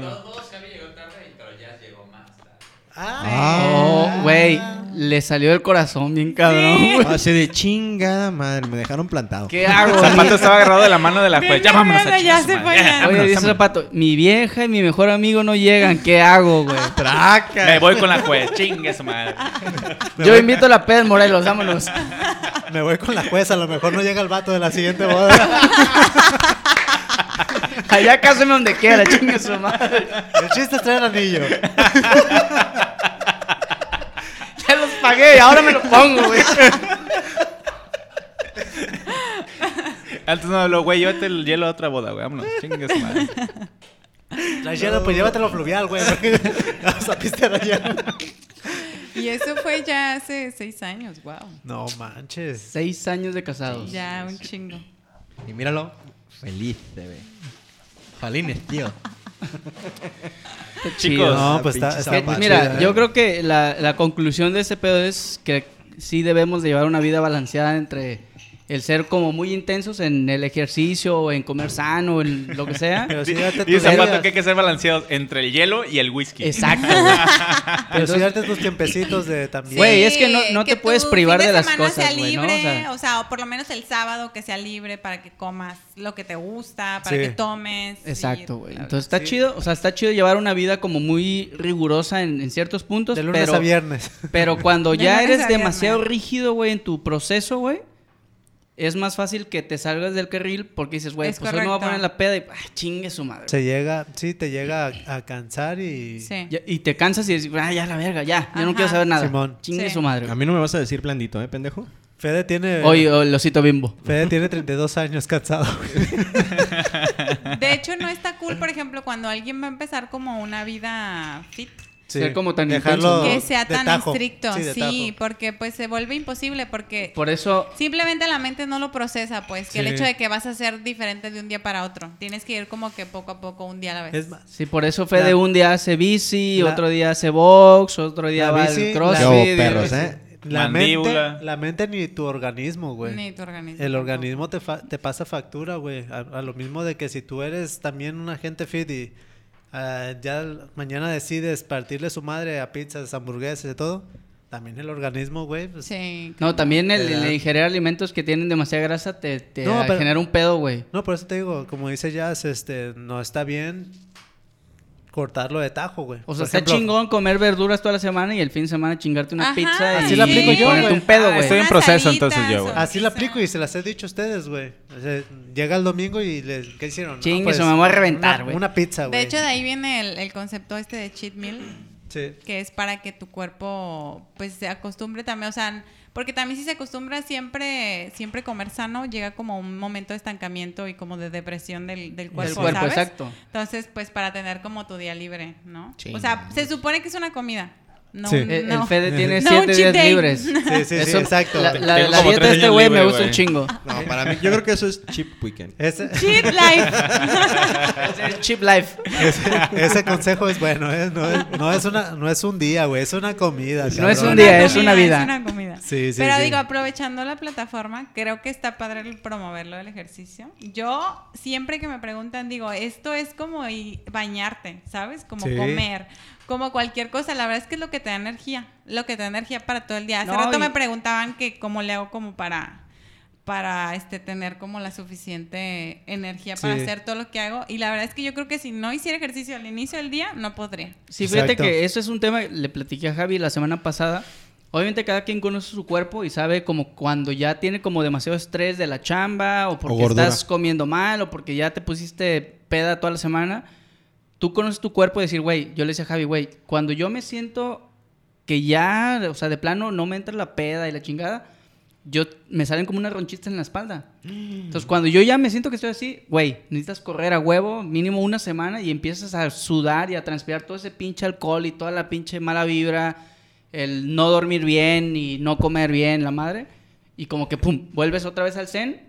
B: Ah,
D: Oh,
C: Ah.
D: güey. Le salió el corazón bien cabrón, güey.
C: Hace de chingada madre, me dejaron plantado.
D: ¿Qué hago?
A: Zapato estaba agarrado de la mano de la juez. Ya
E: Venga,
A: vámonos.
E: venga,
A: a
E: ya
A: chingar
E: se
A: su madre.
E: fue, ya.
D: Oye, dice Zapato, mi vieja y mi mejor amigo no llegan. ¿Qué hago, güey?
C: Traca.
A: Me voy con la juez. Chingue su madre.
D: Yo invito a la peda en Morelos, vámonos.
B: Me voy con la jueza, a lo mejor no llega el vato de la siguiente boda.
D: Allá cáseme donde quiera, chingue su madre.
B: El chiste es traer anillo.
D: Ya los pagué y ahora me lo pongo, güey.
A: Antes no habló, güey. Llévate el hielo a otra boda, güey. Vámonos. Chingue su madre.
B: La hielo, pues llévatelo fluvial, güey. porque Vamos a pistear allá.
E: Y eso fue ya hace seis años, wow.
B: No manches.
D: Seis años de casados.
E: Ya un chingo.
C: Y míralo, feliz se ve. Jalines, tío.
D: Qué
A: Chicos,
D: chido.
B: No, pues
C: pinche
B: está, está
D: Que,
C: zapato.
B: muy
D: mira,
B: chida,
D: yo
B: ¿eh?
D: creo que la, la conclusión de ese pedo es que sí debemos de llevar una vida balanceada entre el ser como muy intensos en el ejercicio o en comer sano o en lo que sea.
B: Pero sí date
A: Y
B: tus
A: Zapato
B: vergas.
A: que hay que ser balanceados entre el hielo y el whisky.
D: Exacto. güey.
B: Pero sí
D: Entonces-
B: darte tus tiempecitos de también.
D: Güey, es que no- no te
E: tu
D: puedes privar
E: fin
D: de las
E: semana
D: cosas,
E: sea
D: güey, ¿no?
E: libre,
D: O sea-
E: o, sea, o por lo menos el sábado que sea libre para que comas lo que te gusta, para
B: Sí.
E: que tomes. y
D: Exacto, güey.
E: bla, bla.
D: Entonces está chido, o sea, está chido llevar una vida como muy rigurosa en, en ciertos puntos,
B: de lunes
D: pero,
B: a viernes.
D: pero cuando
E: De
D: ya
E: lunes a
D: eres
E: viernes.
D: demasiado rígido, güey, en tu proceso, güey, es más fácil que te salgas del carril porque dices, güey,
E: Es
D: pues hoy me voy a
E: correcto.
D: poner en la peda y ah, chingue su madre.
B: Se llega, sí, te llega a, a cansar y.
E: Sí.
D: Ya- y te cansas y dices, ah, ya la verga, ya, ya no
E: Ajá.
D: quiero saber nada.
B: Simón.
D: Chingue
E: Sí.
D: su madre.
C: A mí no me vas a decir blandito, ¿eh, pendejo?
B: Fede tiene.
D: Hoy oh, el osito bimbo.
B: Fede tiene 32 años cansado. güey.
E: De hecho, no está cool, por ejemplo, cuando alguien va a empezar como una vida fit.
D: ser como tan intenso.
B: Dejarlo-
D: ¿no?
E: que sea
B: de
E: tan
B: tajo.
E: estricto,
B: Sí, de
E: sí,
B: tajo.
E: porque pues se vuelve imposible, porque
D: Por eso,
E: simplemente la mente no lo procesa, pues, que el
B: Sí.
E: hecho de que vas a ser diferente de un día para otro, tienes que ir como que poco a poco, un día a la vez.
B: Es más,
D: sí, por eso Fede
B: La-
D: un día hace bici,
B: la-
D: otro día hace box, otro día
B: la
D: va
B: bici,
D: al
B: la-
D: crossfit.
C: Yo,
D: y-
C: perros, ¿eh?
B: la mente,
A: Mandíbula.
B: la mente ni tu organismo, güey.
E: Ni tu organismo.
B: El
E: tampoco.
B: organismo te, fa- te pasa factura, güey. A, a lo mismo de que si tú eres también un agente fit y ah, ya l- mañana decides partirle su madre a pizzas, hamburguesas y todo, también el organismo, güey. pues,
E: Sí.
D: No, también el,
B: Te
D: el
B: da-
D: ingerir alimentos que tienen demasiada grasa te, te
B: No, pero-
D: genera un pedo, güey.
B: No, por eso te digo, como dice Jazz, este, no está bien cortarlo de tajo, güey.
D: O sea,
B: Por
D: está
B: ejemplo,
D: chingón comer verduras toda la semana y el fin de semana chingarte una
E: Ajá,
D: pizza y
B: Así la aplico yo,
D: ponerte
B: güey.
D: un pedo,
E: Ah,
D: güey.
A: Estoy en
E: Unas
A: proceso,
E: alitas
A: entonces, yo,
E: o
A: güey.
B: Así la
E: pizza.
B: aplico y se las he dicho a ustedes, güey. O sea, llega el domingo y les, ¿qué hicieron? No, pues,
D: Chingue, se me va a reventar,
B: una-
D: güey.
B: Una pizza, güey.
E: De hecho, de ahí viene el, el concepto este de cheat meal.
B: Sí.
E: que es para que tu cuerpo pues se acostumbre también, o sea, porque también si se acostumbra siempre siempre comer sano, llega como un momento de estancamiento y como de depresión del, del cuerpo,
D: Del cuerpo,
E: ¿sabes?
D: exacto.
E: Entonces, pues para tener como tu día libre, ¿no?
C: Sí.
E: O sea, se supone que es una comida. No,
B: Sí.
E: no.
D: Eh, El Fede tiene
E: No,
D: siete
E: un cheat
D: días
E: day.
D: libres.
B: Sí, sí, sí,
D: Eso-
B: exacto.
D: La, la-
A: Tengo
D: la
A: como
D: dieta
A: tres
D: de este
A: años
D: güey
A: libre,
D: me gusta un
A: güey.
D: chingo.
C: No, para mí, yo creo que eso es cheap weekend.
B: Ese,
E: Cheat life.
D: Es Cheap life.
B: Ese consejo es bueno, ¿eh? no, es, no es una, no es un día, güey, es una comida.
D: No es
B: cabrón.
D: un día, es una vida.
E: Es una comida.
B: Sí, sí,
E: Pero
B: sí.
E: digo, aprovechando la plataforma, creo que está padre el promoverlo del ejercicio. Yo siempre que me preguntan, digo, esto es como y- bañarte, ¿sabes? Como
B: Sí.
E: comer, como cualquier cosa. La verdad es que es lo que te da energía, lo que te da energía para todo el día. Hace
D: No,
E: rato
D: y-
E: me preguntaban que cómo le hago como para para este tener como la suficiente energía para
B: Sí.
E: hacer todo lo que hago y la verdad es que yo creo que si no hiciera ejercicio al inicio del día no podría.
D: Sí, fíjate
B: Exacto.
D: que eso es un tema que le platiqué a Javi la semana pasada. Obviamente cada quien conoce su cuerpo y sabe como cuando ya tiene como demasiado estrés de la chamba o porque
C: gordura.
D: estás comiendo mal o porque ya te pusiste peda toda la semana. Tú conoces tu cuerpo y decir, güey, yo le decía a Javi, güey, cuando yo me siento que ya, o sea, de plano no me entra la peda y la chingada, yo me salen como unas ronchitas en la espalda.
B: Mm.
D: Entonces, cuando yo ya me siento que estoy así, güey, necesitas correr a huevo mínimo una semana y empiezas a sudar y a transpirar todo ese pinche alcohol y toda la pinche mala vibra, el no dormir bien y no comer bien, la madre. Y como que, pum, vuelves otra vez al zen.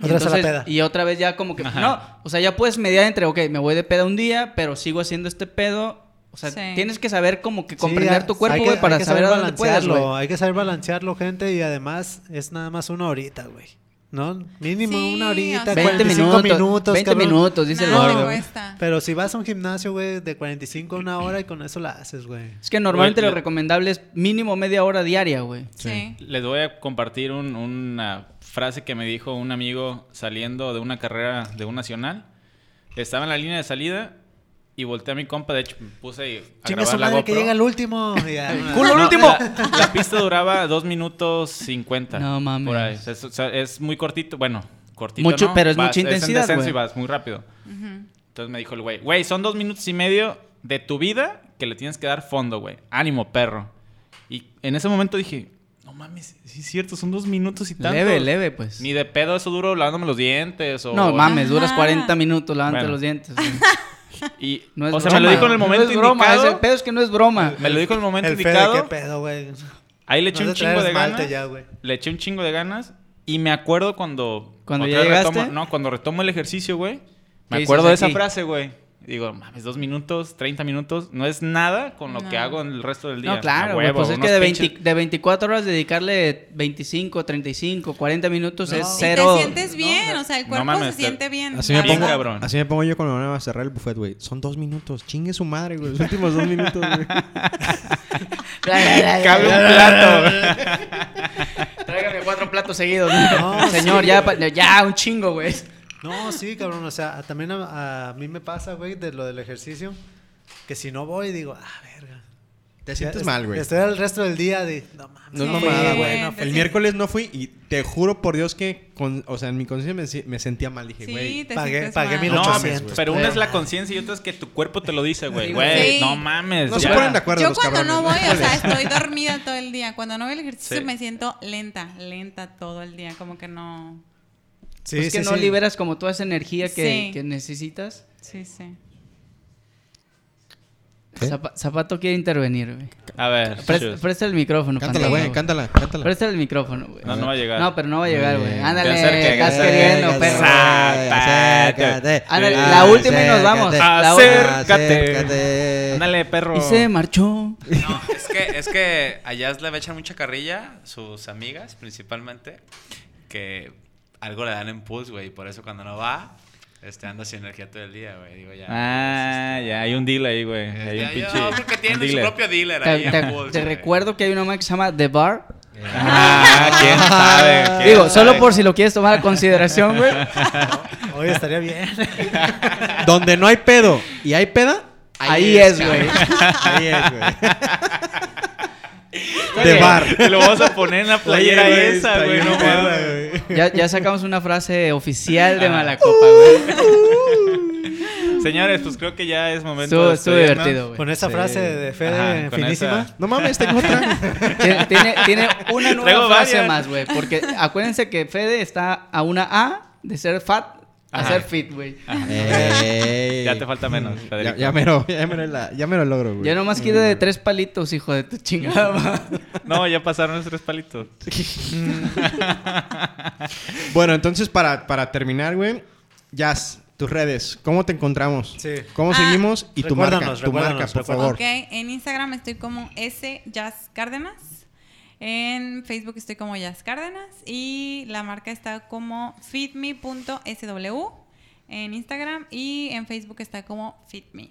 D: y
B: Otra vez a la peda.
D: Y otra vez ya como que,
A: Ajá.
D: no, o sea, ya puedes mediar entre, ok, me voy de peda un día, pero sigo haciendo este pedo. O sea,
E: Sí.
D: tienes que saber como que
B: Sí,
D: comprender
B: hay-
D: tu cuerpo,
B: hay que-
D: güey, para
B: hay que
D: saber, a dónde puedes,
B: balancearlo,
D: güey.
B: Hay que saber balancearlo, gente, y además es nada más una horita, güey. ¿No? Mínimo
E: Sí,
B: una
E: o
B: horita,
E: sea,
D: 20
B: 45
D: minutos,
B: minutos,
D: 20
B: cabrón.
D: minutos, dice el
E: Nada te
D: gordo.
E: cuesta.
B: Pero si vas a un gimnasio, güey, de 45 a una hora y con eso la haces, güey.
D: Es que normalmente
A: Güey,
D: lo
A: la-
D: recomendable es mínimo media hora diaria, güey.
E: Sí.
A: Les voy a compartir un- una frase que me dijo un amigo saliendo de una carrera de un nacional. Estaba en la línea de salida y volteé a mi compa. De hecho, puse ahí a
B: Chinga su
A: grabar la
B: madre que
A: GoPro.
B: llega el último. y ya, una-
D: ¡Culo, el
A: No,
D: último!
A: La, la pista duraba 2 minutos 50.
D: No mames.
A: por ahí. Es, o sea, es muy cortito. Bueno, cortito.
D: Mucho,
A: ¿no?
D: pero es
A: Vas-
D: mucha intensidad,
A: Es en descenso
D: güey.
A: y vas muy rápido. Entonces me dijo el güey, güey, son dos minutos y medio de tu vida que le tienes que dar fondo, güey. Ánimo, perro. Y en ese momento dije, no mames, sí es cierto, son dos minutos y tanto.
D: Leve, leve, pues.
A: Ni de pedo eso duro lavándome los dientes o...
D: No mames, duras
E: Ajá.
D: 40 minutos lavándote
A: Bueno.
D: los dientes. güey.
A: Y,
D: No es
A: o sea,
D: broma.
A: me lo dijo en el momento
D: no es broma,
A: indicado.
D: es- el pedo es que no es broma.
A: Me lo dijo en el momento
B: el Fede, ¿qué
A: indicado.
B: pedo, güey?
A: Ahí le eché
B: No
A: un
B: te traes
A: chingo de
B: esmalte
A: ganas.
B: ya, güey.
A: Le eché un chingo de ganas. Y me acuerdo cuando...
D: Cuando
A: otra
D: ya
A: vez retomo-
D: llegaste.
A: no, cuando retomo el ejercicio, güey.
D: ¿Qué
A: Me acuerdo de
D: dices
A: esa
D: aquí?
A: frase, güey. Digo, mames, dos minutos, 30 minutos. No es nada con lo que
E: No.
A: hago en el resto del día.
D: No, claro,
A: A
D: güey.
A: huevo,
D: Pues es que
A: unos
D: de,
A: pinches-
D: 20 de 24 horas dedicarle 25, 35, 40 minutos es
B: No.
E: Y
D: cero.
E: te sientes bien, o sea, el
A: no
E: cuerpo
A: mames,
E: se
A: te-
E: siente bien.
C: Así me,
E: la
A: Bien
C: pongo,
E: verdad.
A: cabrón.
C: así me pongo yo cuando me van a cerrar el buffet, güey. Son dos minutos. Chingue su madre, güey. Los últimos dos minutos, güey.
A: Cabe un plato.
D: Tráigame cuatro platos seguidos.
B: No,
D: Señor,
B: sí,
D: ya,
B: güey.
D: pa- ya, un chingo, güey.
B: No, sí, cabrón. O sea, también a, a mí me pasa, güey, de lo del ejercicio. Que si no voy, digo, ah, verga.
C: Te
B: Ya
C: sientes
B: es-
C: mal, güey.
B: Estoy el resto del día de, no mames.
C: No es
E: Sí,
C: mamada, este, güey.
E: no
C: El
E: fui.
C: Entonces- miércoles no fui y te juro por Dios que, con- o sea, en mi conciencia me, se- me sentía mal. Dije,
E: Sí,
C: güey.
E: te
B: pagué-
E: sientes
B: pagué
E: mal.
B: mil
A: No,
B: 1800,
A: mames, pero una
B: güey.
A: es la conciencia y otra es que tu cuerpo te lo dice, güey.
D: Ah. Sí,
A: Güey,
E: sí.
A: no mames.
C: No se
A: ya.
C: ponen de acuerdo,
E: Yo
C: los
E: cuando
C: cabrones,
E: no voy, o sea,
C: Híjoles.
E: estoy dormida todo el día. Cuando no voy al ejercicio
A: Sí.
E: me siento lenta, lenta todo el día, como que no.
B: Sí,
E: pues
D: es que
B: sí,
D: no
B: sí.
D: liberas como toda esa energía que,
E: Sí.
D: que necesitas.
E: Sí, sí.
D: Zapa- Zapato quiere intervenir, güey.
A: A ver,
D: Presta,
A: shoes.
D: presta el micrófono,
C: Cántala,
D: Pantoja,
C: güey, cántala, cántala.
D: Presta el micrófono, güey.
A: No, no va a llegar.
D: No, pero no va a llegar, güey.
C: Eh,
D: Ándale,
A: que acerque, que
D: estás
A: acerque,
D: queriendo,
A: que
D: perro.
A: acerque. Acércate.
D: Ándale, la última y nos vamos. La última.
A: Acércate. Ándale, perro.
D: Y se marchó.
F: No, es que, es que allá le echan mucha carrilla, sus amigas principalmente, que algo le dan impulso, güey, y por eso cuando no va, este, anda sin energía todo el día, güey. Digo, ya.
A: Ah, ya, hay un deal ahí, güey.
F: pues,
A: Hay un
F: este, ya-
A: pinche.
F: ya, yo creo que
A: un
F: tienen su
A: dealer.
F: propio dealer ahí
D: Te,
F: en
D: te-
F: Pulse,
D: te
F: güey.
D: recuerdo que hay una mamá que se llama The Bar.
A: Ah, quién sabe. ¿Quién
D: Digo, solo
A: sabe?
D: por si lo quieres tomar a consideración, güey.
B: Oye, estaría bien.
C: Donde no hay pedo y hay peda,
D: Ahí es, güey.
C: ahí es, güey.
A: Güey,
C: De bar.
A: Lo vamos a poner en la playera
C: Oye, güey,
A: esa,
C: está
A: güey.
C: bien
A: No
C: perra,
A: mames.
C: güey.
D: Ya, ya sacamos una frase oficial
A: Ah.
D: de Malacopa, güey.
A: Señores, pues creo que ya es momento.
D: Estuvo
A: de
D: estuvo
A: despedirnos.
D: divertido, güey.
B: Con esa
C: Sí.
B: frase de Fede
A: Ajá, con
B: finísima.
A: esa.
C: No mames, tengo otra.
D: Tiene, tiene- tiene una nueva
A: Traigo
D: frase
A: varias.
D: más, güey. Porque acuérdense que Fede está a una A de ser fat a
A: Ajá. Ah,
D: ser fit, güey.
C: Ey.
A: Ya te falta menos,
C: Ya,
A: Federico.
C: ya mero, ya mero la- ya me lo logro, güey.
D: Ya nomás quiere de tres palitos, hijo de tu chingada. madre.
A: No, ya pasaron los tres palitos.
C: Bueno, entonces para, para terminar, güey, Jazz, tus redes, ¿cómo te encontramos?
B: Sí.
C: ¿Cómo
E: Ah.
C: seguimos? Y tu marca,
B: Recuérdanos,
C: tu marca,
B: recuérdanos,
C: por favor.
E: Ok, en Instagram estoy como S Jazz Cárdenas. En Facebook estoy como Jazz Cárdenas. Y la marca está como fitme.sw en Instagram. Y en Facebook está como fitme.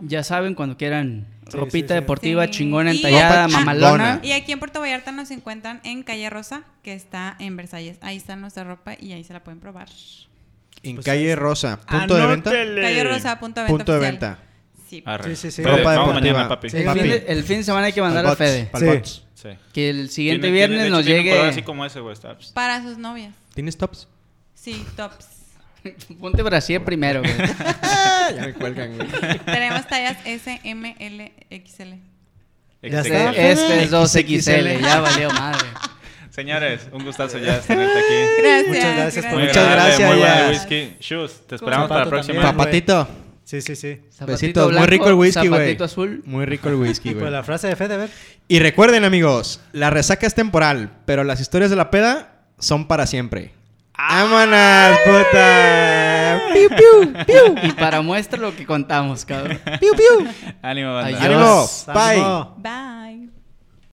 D: Ya saben, cuando quieran
B: Sí,
D: ropita
B: sí, sí.
D: deportiva
E: Sí.
D: chingona,
E: Y-
D: entallada,
E: Ah,
D: mamalona.
E: Y aquí en Puerto Vallarta nos encuentran en Calle Rosa, que está en Versalles. Ahí está nuestra ropa y ahí se la pueden probar.
C: En
B: Pues,
C: calle Rosa, punto de venta.
E: Calle Rosa, punto de venta.
C: Punto de
E: oficial.
C: venta.
E: Sí.
A: Arre.
B: Sí, sí, sí.
A: Fede,
C: Ropa
A: vamos
C: deportiva.
A: mañana, papi.
B: Sí.
D: El,
C: Papi.
D: fin de, el fin de semana hay que mandar a
C: Palbots,
D: Fede.
C: palbots.
B: Sí.
A: Sí.
D: Que el siguiente
A: Tiene-
D: viernes
A: tiene- de
D: nos
A: hecho, tiene un color
D: llegue.
A: así como ese, güey. Está...
E: Para sus novias.
C: ¿Tienes tops?
E: Sí, tops.
D: Ponte Brasil primero, güey. Este,
C: ya me cuelgan, güey.
E: Tenemos tallas S, M, L, XL.
B: Ya
A: Excelente.
B: está.
D: este es 2XL, ya valió madre.
A: Señores, un gustazo ya tenerte aquí.
E: Gracias.
B: Muchas gracias por-
A: Muy
C: Muchas
A: agradable,
C: gracias,
A: Muy
C: ya.
A: buen whisky. Shoes, te esperamos
B: Zapato
A: para la próxima.
B: también.
C: Papatito.
B: Sí, sí, sí.
D: Zapatito
C: Besitos.
D: blanco,
C: Muy rico el whisky, güey.
D: Zapatito azul.
C: Muy rico el whisky,
B: Pues
C: güey.
B: la frase de Fede, a ver.
C: Y recuerden, amigos, la resaca es temporal, pero las historias de la peda son para siempre. ¡Vámonos, puta! ¡Piu, piu, piu!
D: Y para muestra lo que contamos, cabrón.
C: ¡Piu, piu!
A: Ánimo, banda.
D: Adiós.
C: ¡Ánimo! ¡Bye!
B: Ánimo.
E: Bye.